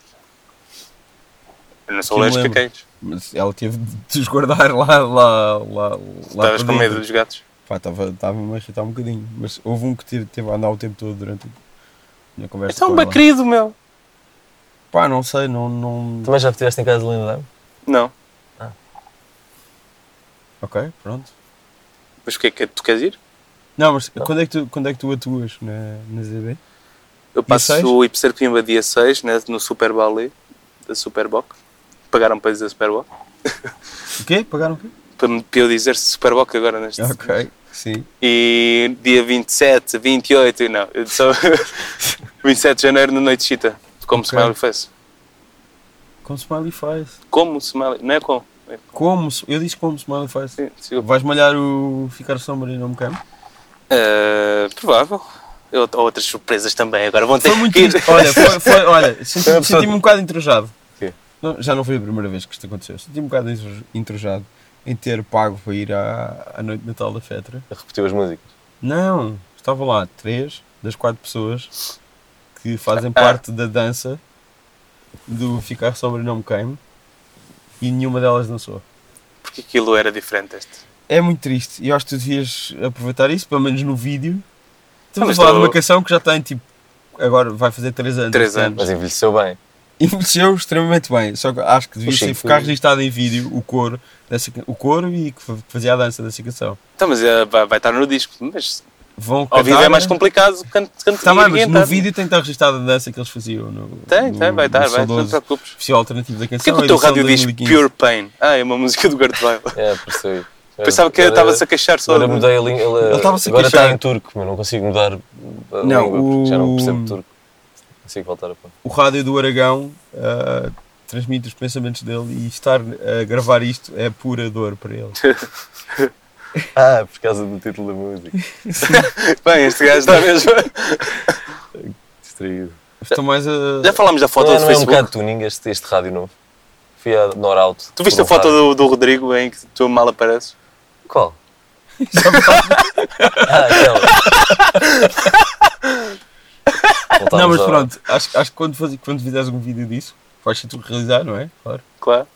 D: Eu não sou
C: Que me
D: alérgico a
C: lembro.
D: cães.
C: Mas ela teve de *laughs* desguardar lá, lá, lá, lá.
D: Estavas com
C: para
D: medo
C: dentro.
D: dos gatos.
C: Pá, estava-me a irritar um bocadinho. Mas houve um que teve, teve a andar o tempo todo durante a conversa.
D: Então,
C: com
D: bem
C: ela.
D: querido, meu.
C: Pá, não sei, não. não...
B: Também já estiveste em casa da Lena D'Água?
D: Não.
C: Ok, pronto.
D: Mas o que é que tu queres ir?
C: Não, mas Quando, é que tu, quando é que tu atuas na, na ZB?
D: Eu passo
C: 6?
D: o Ipser Pimba dia 6 né, no Super Ballet da Superboc. Pagaram para dizer Superboc.
C: O quê? Pagaram o quê?
D: Para me- para eu dizer Superboc agora neste.
C: Ok, sim.
D: E dia 27, 28, não. eu Só *laughs* 27 de janeiro na Noite de Chita. Como
C: Ok.
D: Smiley fez.
C: Com smiley face.
D: Como Smiley. Não é como. É como.
C: Como? se- Eu disse como smiley face.
D: Sim, desculpa.
C: Vais malhar o ficar sombra e não me queimo?
D: Eh, provável. Eu- ou outras surpresas também. Agora vão ter
C: Foi
D: *laughs*
C: muito
D: que ir.
C: triste. Olha, foi, foi- olha senti-
B: Foi uma
C: senti-me
B: pessoa-
C: um bocado entrojado.
B: Quê?
C: Não, já não foi a primeira vez que isto aconteceu. Senti-me um bocado entro- entrojado em ter pago para ir à, à noite de Natal da Fetra.
B: Repetiu as músicas.
C: Não, estavam lá três das quatro pessoas que fazem parte da dança do Ficar Sobre Não Me Queime e nenhuma delas dançou.
D: Porque aquilo era diferente. Este.
C: É muito triste e eu acho que tu devias aproveitar isso, pelo menos no vídeo.
D: Ah,
C: Estamos
D: mas
C: a falar de
D: estou-
C: uma canção que já tem tipo. Agora vai fazer três anos.
D: Três
C: este ano.
D: anos.
B: Mas envelheceu bem.
C: Envelheceu extremamente bem, só que acho que devia
B: O
C: ser
B: Chico-
C: ficar registado em vídeo o coro, dessa, ca- o coro e que fa- fazia a dança dessa canção.
D: Então, mas eh, vai, vai estar no disco. Mas
C: Vão
D: ao vivo é mais
C: né?
D: complicado. Canto, canto
C: Tá bem, mas
D: ninguém
C: no
D: tá-
C: vídeo tem que estar registada a dança que eles faziam. No,
D: Tem,
C: no-
D: tem, vai
C: no
D: estar, vai. Não te
C: saudoso
D: preocupes.
C: Festival alternativo da
D: Porquê
C: canção.
D: que o teu
C: edição
D: rádio diz
C: 2015.
D: Pure Pain? Ah, é uma música do Gert Weill.
B: É, percebi.
D: Pensava que
B: Agora-
D: estava-se a queixar só.
B: Agora mudei a língua. Ele,
C: Ele estava-se a
B: agora
C: queixar.
B: está em turco, mas não consigo mudar a
C: Não,
B: língua porque já não
C: o-
B: percebo turco. Consigo voltar a pôr.
C: o rádio do Aragão ah, transmite os pensamentos dele e estar a gravar isto é pura dor para ele.
D: *laughs*
B: Ah, por causa do título da música.
D: Bem, este gajo
B: *laughs*
D: está mesmo.
B: Distraído.
C: Estou mais a.
D: Já falámos da foto
B: não, é-
D: do
B: não é um
D: Facebook.
B: bocado tuning este, este rádio novo. Fui a um Norauto.
D: tu viste a foto do, do Rodrigo em que tu mal apareces?
B: *laughs* Qual? ah, aquela.
C: Não,
B: Voltámos
C: mas
B: ao-
C: pronto, acho, acho que quando, faz, quando fizeres um vídeo disso, vais tu realizar, não é? Claro.
D: Claro.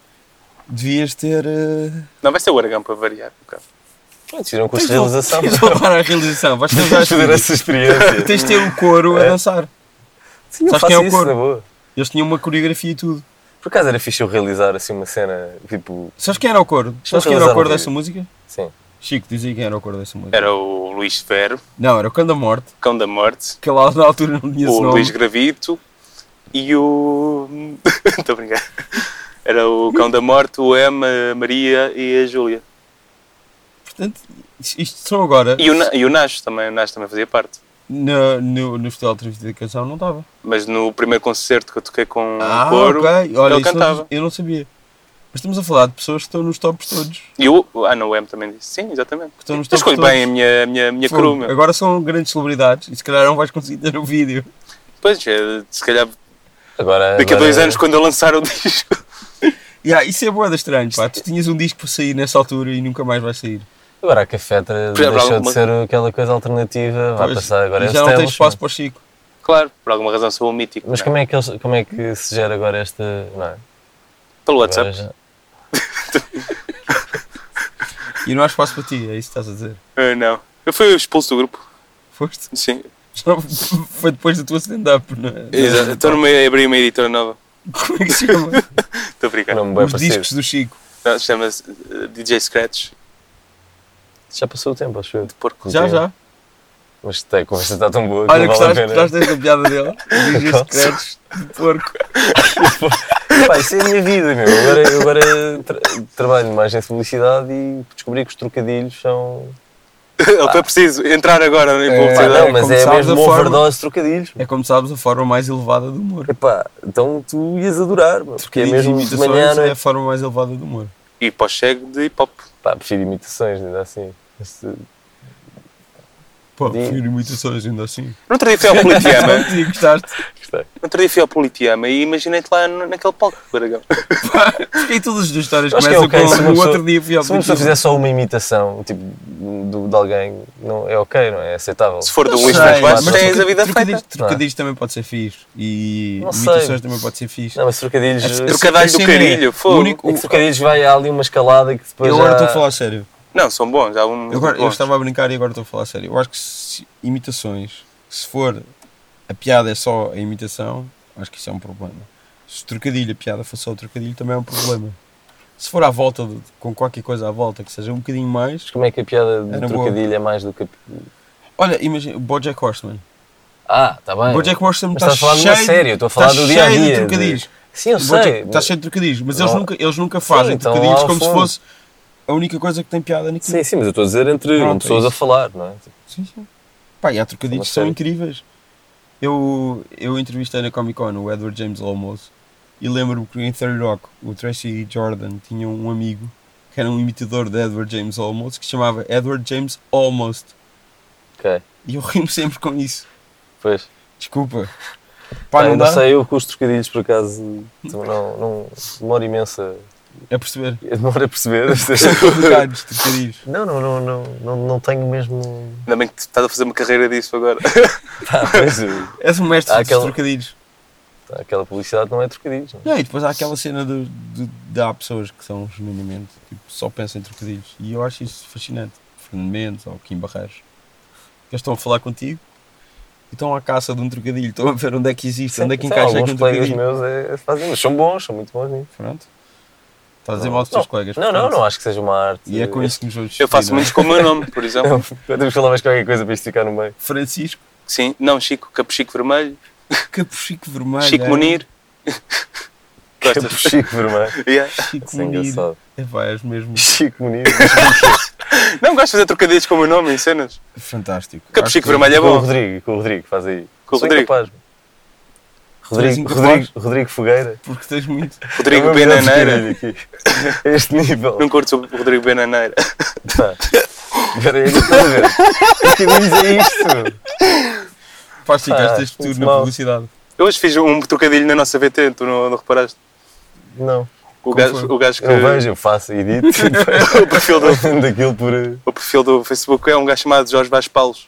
C: Devias ter. Uh...
D: Não, vai ser o Aragão para variar um bocado.
B: Pronto, Tiram com a
C: *laughs*
B: realização.
C: Tens de levar à realização, vais ter
B: Vamos fazer essa
D: assim.
B: experiência.
C: Tens de ter o coro
D: É.
C: a dançar.
B: Sim, eu
C: *laughs* Sabes
B: faço
C: quem é o
B: isso,
C: coro?
B: na boa.
C: Eles tinham uma coreografia e tudo.
B: Por acaso era fixe eu realizar assim uma cena, tipo,
C: Sabes quem era o coro? Sabes quem era o
B: realizar
C: coro
B: um
C: dessa
B: vídeo.
C: música?
B: sim.
C: Chico, dizia quem era o coro dessa música.
D: Era o Luís Vero,
C: Não, era o Cão da Morte,
D: Cão da Morte,
C: que lá na altura não tinha esse
D: o
C: nome.
D: Luís Gravito e o. *laughs* Estou a brincar. Era o Cão da Morte, o M, a Maria e a Júlia.
C: Portanto, isto isto só agora.
D: E o, Na- e o Nash também, o Nash também fazia parte.
C: No, no, no Festival de Entrevista da Canção não estava.
D: Mas no primeiro concerto que eu toquei com
C: Ah,
D: o coro,
C: ok. Olha,
D: ele
C: isso não-
D: cantava.
C: eu não sabia. Mas estamos a falar de pessoas que estão nos tops todos. Que
D: E o. Ah, não, o M também disse. Sim, exatamente.
C: estão nos
D: Mas
C: tops
D: escolhi
C: Então todos.
D: bem a minha, a minha, a minha
C: Fogo.
D: cru, meu.
C: Agora são grandes celebridades e se calhar não vais conseguir ter um vídeo.
D: Pois, é, se calhar
B: Agora,
D: daqui
B: agora-
C: é-
D: a dois anos, quando eu lançar o *laughs* disco.
C: Yeah, isso é boeda estranho, pá. Tu tinhas um disco para sair nessa altura e nunca mais vai sair.
B: Agora a cafetra
D: Por exemplo,
B: deixou
D: alguma-
B: de ser aquela coisa alternativa, vai
C: Pois,
B: passar agora
C: e
B: é
C: já não tens
B: Stellas,
C: espaço
B: não
C: para o Chico.
D: Claro, por alguma razão sou um mítico.
B: é? Mas
D: não é?
B: como é, que eles, como é que se gera agora esta. Não é?
D: Pelo
B: Agora
D: WhatsApp.
B: já-
C: E não há espaço para ti, é isso que estás a dizer.
D: Ah, não. Eu fui expulso do grupo.
C: Foste. *laughs*
D: Sim.
C: Já Foi depois da tua stand-up, não é?
D: Exato. Estou numa, Então abri uma editora nova. *laughs*
C: Como é que se chama?
D: Estou a brincar.
B: o nome bem
C: Os
B: parecido.
C: discos do Chico.
D: Não, Chama-se eh, DJ Scratch.
B: Já passou o tempo, acho eu.
D: De porco.
C: Já,
B: Sim.
C: já.
B: Mas tá, a conversa está tão boa. que
C: Olha,
B: não vale
C: gostaste,
B: a pena.
C: gostaste da piada
B: *laughs*
C: dele? Os discos secretos de porco.
B: Pá, isso é a minha vida, meu. Agora, eu agora tra- trabalho mais em publicidade e descobri que os trocadilhos são.
D: *laughs* Ele
B: Ah.
D: foi preciso entrar agora
C: É,
D: em
B: Pá,
D: publicidade.
B: não, mas
C: como
B: é
C: sabes,
B: mesmo
C: a
B: uma
C: forma-
B: overdose de trocadilhos.
C: É como sabes a forma mais elevada do humor.
B: Epá, então tu ias adorar, meu, porque é
C: Diz
B: mesmo de
C: imitações
B: manhã, não
C: é
B: é?
C: a forma mais elevada do humor.
D: E para o chego de hip hop.
B: Pá, prefiro imitações, ainda assim. Esse-
C: Pô,
B: Diz.
C: prefiro imitações ainda assim.
D: No outro dia fui ao
B: *laughs*
D: Politeama. *laughs*
C: Pronto, e gostaste?
B: Gostei.
D: no outro dia fui ao Politeama e imaginei-te lá no- naquele palco do Aragão.
C: Fiquei todas as duas histórias
B: Acho que é
C: começam
B: ok, se
C: com
B: uma
C: o
B: pessoa-
C: outro dia fui ao
B: Se uma pessoa
C: Benfica.
B: fizer só uma imitação tipo, do, de alguém, não, é ok, não é? É aceitável.
D: Se for do
C: Não
D: Luís
C: sei,
D: Franco
C: mas
D: tens
C: troca-
D: a vida
C: trocadilhos-
D: feita.
C: Trocadilhos também pode ser fixe. E
B: é? Não sei.
C: imitações também pode ser fixe.
B: Não, mas trocadilhos.
C: É- é-
B: É
D: Trocadalho
C: Sim,
D: do
C: sim,
D: carilho.
C: é.
D: Fogo.
C: O único-
B: que trocadilhos vai há ali uma escalada que depois.
C: Eu agora
B: já-
C: estou a falar a sério.
D: Não, são bons. Há um,
C: Eu, agora, eu
D: bons.
C: estava a brincar e agora estou a falar a sério. Eu acho que se- imitações, se for a piada é só a imitação, acho que isso é um problema. Se o trocadilho, a piada for só o trocadilho, também é um problema. Se for à volta, de- com qualquer coisa à volta, que seja um bocadinho mais.
B: Mas como é que a piada de
C: Era boa.
B: trocadilho é mais do que. a-
C: Olha, imagina, o Bojack Horseman.
B: Ah, está bem.
C: O Bojack Horseman
B: Mas estás
C: está
B: a falar de uma
C: cheio-
B: série, eu estou a falar
C: está
B: do dia a
C: cheio de
B: dia.
C: trocadilhos.
B: Sim, eu
C: O Bojack
B: sei.
C: Está tá cheio de trocadilhos, mas eles
B: Não.
C: nunca, eles nunca fazem
B: então
C: trocadilhos
B: lá ao
C: como se
B: fundo.
C: fosse a única coisa que tem piada é naquilo.
B: Sim, sim, mas eu estou a dizer entre um
C: Pronto,
B: pessoas
C: é
B: a
C: isso.
B: falar, não é? Tipo,
C: Sim, sim. Pá, e há trocadilhos
B: É Uma
C: que são
B: série.
C: incríveis. Eu, eu entrevistei na Comic Con o Edward James Olmos e lembro-me que em 30 Rock o Tracy Jordan tinha um amigo que era um imitador de Edward James Olmos que se chamava Edward James Almost.
B: ok.
C: E eu rimo sempre com isso.
B: Pois.
C: Desculpa.
B: Pá,
C: Pá, não
B: eu não
C: dá
B: sei, eu com os trocadilhos por acaso também não, não demoro imensa.
C: a perceber.
B: Eu demoro a perceber.
C: *laughs* São complicados, trocadilhos.
B: não, não, não, não, não, não tenho
C: *laughs*
B: mesmo.
D: Ainda bem que tu estás a fazer uma carreira disso agora.
B: Pá, pois, eu-
C: És um mestre
B: Há
C: dos
B: aquele-
C: trocadilhos.
B: aquela publicidade não é trocadilhos. Não. é?
C: Não, e depois há aquela cena de, de, de há pessoas que são genuinamente, tipo, só pensam em trocadilhos. E eu acho isso fascinante. Fernando Mendes ou Kim Barreiros. Que eles estão a falar contigo e estão à caça de um trocadilho. Estão a ver onde é que existe, onde é que
B: Sim,
C: encaixa aqui
B: Alguns
C: um
B: colegas
C: trocadilho.
B: meus é, fazem, mas são bons, são muito bons nisso.
C: Pronto. Estás a dizer mal dos teus colegas.
B: Não, não,
C: portanto.
B: não acho que seja uma arte.
C: E é
B: *laughs*
C: com isso que nos vamos
D: Eu
C: despedir, não é?
D: faço muitos com o meu nome, por exemplo.
B: Não, Temos que falar mais qualquer coisa para isto ficar no meio.
C: Francisco
D: Sim, não, Chico, Capuchico Vermelho,
C: é? Capuchico Vermelho.
D: Chico
C: é?
D: Munir,
B: Tipo
D: costas.
B: Chico *laughs* vermelho.
D: Yeah.
C: Chico
B: Isso é
C: Munir.
B: engraçado.
C: É pá, és mesmo
B: Chico
C: *laughs*
B: Muniz.
D: Não gosto de fazer trocadilhos com o meu nome em cenas.
C: fantástico.
D: Capo
C: Acho
D: Chico
C: que-
D: Vermelho é
B: Com o
D: bom.
B: Rodrigo, com o Rodrigo, faz aí.
D: Com o
B: Sou
D: Rodrigo.
B: incapaz.
C: és
B: Rodrigo,
C: incapaz?
B: Rodrigo, Rodrigo Fogueira.
C: é Porque tens muito.
D: Rodrigo
B: É o meu melhor
D: Benaneira.
B: trocadilho aqui. *laughs* A este
C: é.
B: nível.
D: Não curto o Rodrigo Benaneira.
B: Pá. Espera aí, deixa eu ver.
C: *laughs*
B: O que diz é isto?
C: Pá, Chico,
B: Ah,
C: ah, estás tu
B: muito
C: na
B: mal.
C: publicidade.
D: Eu hoje fiz um trocadilho na nossa VT, tu não, não reparaste?
B: Não.
D: O
C: Como
D: gajo,
C: foi?
D: o gajo que.
B: Eu vejo, eu faço, edito. e
C: *laughs*
B: depois
D: *laughs* o, perfil do,
B: Daquilo por.
D: o perfil do Facebook é um gajo chamado Jorge Vaz Paulos.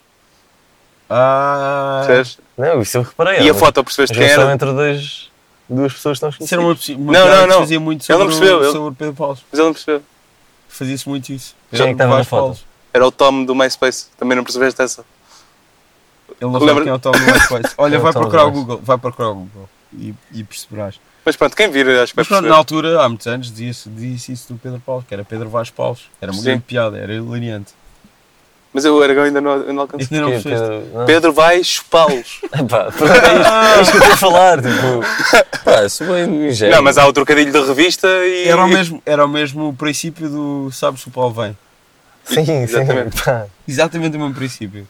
C: Ah,
D: percebes?
B: Não, isso eu reparei.
D: e
B: é
D: a
B: uma
D: foto, percebeste quem
B: junção
D: era?
B: entre dois, duas pessoas tão
C: isso era uma, possi- uma
D: Não,
C: piada
D: não,
C: que se
D: não.
C: fazia muito
D: Ele
C: sobre,
D: não percebeu,
C: o,
D: ele-
C: sobre o Pedro Paulo.
D: Mas ele não percebeu.
C: Fazia-se muito isso.
B: Quem é que estava na foto?
D: Era o Tom do MySpace. Também não percebeste essa.
C: Ele não sabe
D: Lembra-
C: quem é o Tom do
D: *laughs*
C: MySpace. Olha,
B: É o
C: vai
B: Tom do
C: procurar o
B: MySpace.
C: Google, vai procurar o Google e, e perceberás.
D: Mas pronto, quem vir, acho que vai
C: Mas pronto,
D: perceber.
C: na altura, há muitos anos, dizia-se dizia isso do Pedro Paulo, que era Pedro Vaz Paulos. Era uma
D: Sim.
C: grande piada, era hilariante.
D: Mas eu, o Aragão ainda não, ainda não alcancei.
C: Ainda não
B: Pedro,
C: percebeste.
B: não.
D: Pedro vai chupá-los.
B: é Epá, pronto, é isto, é isto que eu estou a falar. Tipo, pá, sou bem ingênuo.
D: não, mas há o trocadilho da revista e.
C: Era o mesmo, era o mesmo princípio do Sabes o Paulo vem.
B: Sim, sim.
D: Exatamente.
B: Pá.
C: Exatamente o mesmo princípio.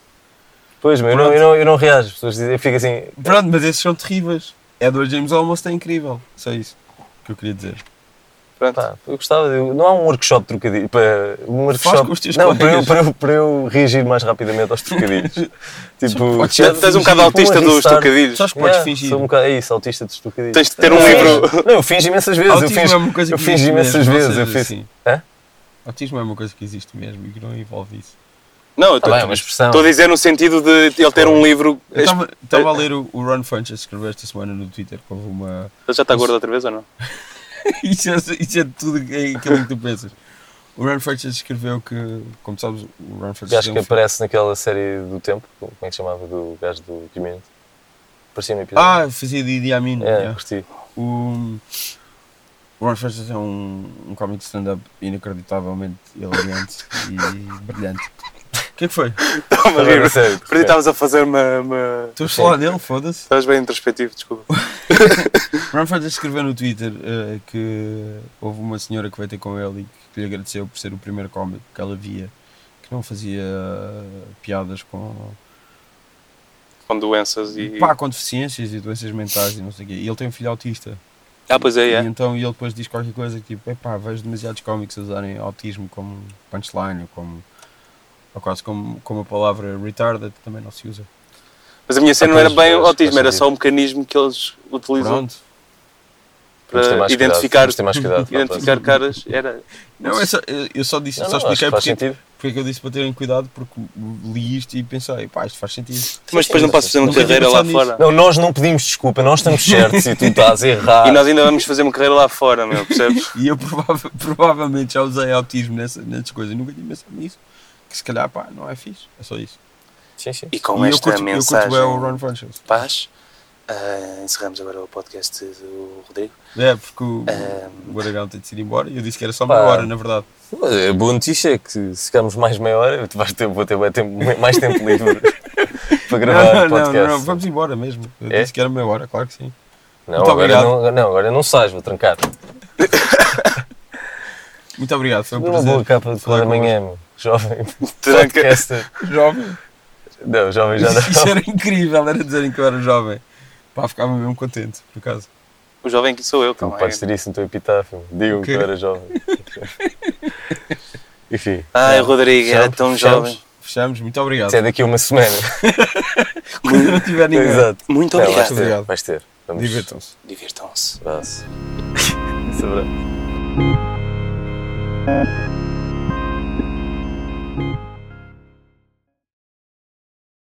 B: Pois, mas eu não, eu, não, eu não reajo. As pessoas dizem, eu fico assim.
C: Pronto, mas esses são terríveis. É do James Almost, é incrível. Só isso que eu queria dizer.
D: Pronto.
B: Pá, eu gostava. de- não há um workshop de trocadilho. Para, um workshop,
C: com os teus
B: não, para eu,
C: colegas.
B: para, eu, para eu reagir mais rapidamente aos
C: *laughs*
B: trocadilhos. tipo,
C: podes-
D: Tu és um bocado autista dos trocadilhos.
C: Sabes que
B: Yeah,
C: podes fingir.
B: Sou um bocado, é isso, autista dos trocadilhos.
D: Tens de ter um
B: Eu
D: livro.
B: finjo. Não, eu finjo imensas vezes. Eu
C: Autismo
B: finjo,
C: é uma coisa
B: eu
C: que
B: finjo
C: existe
B: imensas
C: mesmo,
B: vezes.
C: ou
B: Eu
C: seja,
B: fiz.
C: assim,
B: Hã?
C: Autismo é uma coisa que existe mesmo e que não envolve isso.
D: Não, eu
B: Tá
D: estou
B: bem, é uma expressão.
D: estou a dizer no sentido de ele ter um livro.
C: Eu
D: Ele
C: estava- Estava a ler o, o Ron Funches escreveu esta semana no Twitter que houve uma. *laughs*
D: já está gordo outra vez ou não?
C: isso, é, isso é tudo é aquilo que tu pensas. O Ron Funches escreveu que, como sabes, o Ron
B: O
C: Funches
B: gajo
C: é
B: que
C: um filme-
B: aparece naquela série do tempo, como é que se chamava? Do gajo do Pimento. Parecia um episódio.
C: Ah, fazia de Idi Amin.
B: é,
C: yeah.
B: curti.
C: O, o Ron Funches é um, um cómico de stand-up inacreditavelmente hilariante e brilhante. O que é que foi?
D: Estava a
B: Agora,
D: rir.
B: sério,
D: Perdi, estávamos a fazer uma. uma...
C: Estou a falar dele, foda-se.
D: Estás bem introspectivo, desculpa.
C: Ron Francis escreveu no Twitter eh, que houve uma senhora que veio ter com ele e que lhe agradeceu por ser o primeiro cómico que ela via que não fazia eh, piadas com,
D: Com doenças e.
C: pá, com deficiências e doenças mentais e não sei o quê. E ele tem um filho autista.
D: Ah, pois é,
C: E
D: é.
C: então ele depois diz qualquer coisa que tipo, epá, vejo demasiados cómicos a usarem autismo como punchline ou como ou quase como, como a palavra retarded também não se usa.
D: Mas a minha cena não
B: Ah,
D: era
B: pois,
D: bem
B: pois,
D: autismo,
B: faz
D: era
B: sentido.
D: só o mecanismo que eles
B: é.
D: utilizam
C: Pronto.
B: Vamos ter
D: para
B: mais
D: identificar,
B: cuidado, vamos ter mais cuidado para a
D: identificar caras. Era.
C: Não, é só- eu- eu só disse,
B: Não,
C: só
B: não, acho
C: expliquei
B: que faz
C: porque,
B: sentido.
C: porque é que eu disse para terem cuidado porque li isto e pensei, pá, isto faz sentido.
D: Mas depois não posso fazer uma
C: Nunca tinha
D: carreira lá
C: pensado nisso.
B: Não,
D: fora.
B: nós não pedimos desculpa, nós estamos certos *laughs* e tu estás errado.
D: E nós ainda vamos fazer uma carreira lá fora, meu, percebes?
C: E eu *laughs* prova- provavelmente já usei autismo nessa, nessas coisas. Nunca tinha pensado nisso. Que se calhar, pá, não é fixe. É só isso.
B: Sim, sim.
D: E com
C: e eu
D: esta
C: curto, eu
D: mensagem.
C: curto é o Ron Funches.
D: de paz, ah, encerramos agora o podcast do Rodrigo.
C: É, porque o,
D: Ahm.
C: o Aragão tem de ir embora. E eu disse que era só
B: Pá.
C: uma hora, na verdade.
B: Mas a boa notícia é que se ficarmos mais meia hora, tu vais ter, vou ter bué tempo- mais tempo *laughs* livre para gravar
C: não,
B: o
C: não,
B: podcast.
C: não, vamos embora mesmo. Eu
B: É?
C: disse que era meia hora, claro que sim.
B: Não,
C: Muito
B: agora
C: obrigado.
B: não, não, agora não sais, vou trancar.
C: Muito obrigado, foi um
B: Uma boa
C: prazer.
B: capa de
C: falar
B: falar amanhã, meu. jovem
D: Tranca.
B: podcaster.
C: Jovem.
B: Não, jovem já
C: *laughs* Isso é
B: não.
C: era incrível, era dizerem que eu era jovem. Pá, ficava mesmo contente, por acaso.
D: O jovem que sou eu,
C: Então
B: Tu
D: calma aí.
B: podes ter isso no teu epitáfio. Digam
C: Ok.
B: que eu era
C: *laughs*
B: jovem. Enfim,
D: Ai, Rodrigo, era
B: Fechamos,
D: tão
B: fechamos.
D: jovem.
C: Fechamos, muito obrigado.
B: isso é daqui a uma semana.
C: *laughs* Quando não tiver ninguém.
B: *laughs* Exato.
D: Muito
B: Não, vais
D: obrigado.
B: ter,
C: Obrigado.
B: vais ter. Vamos.
C: Divirtam-se.
B: *laughs*
D: Divirtam-se.
B: Abraço.
D: Isso é verdade.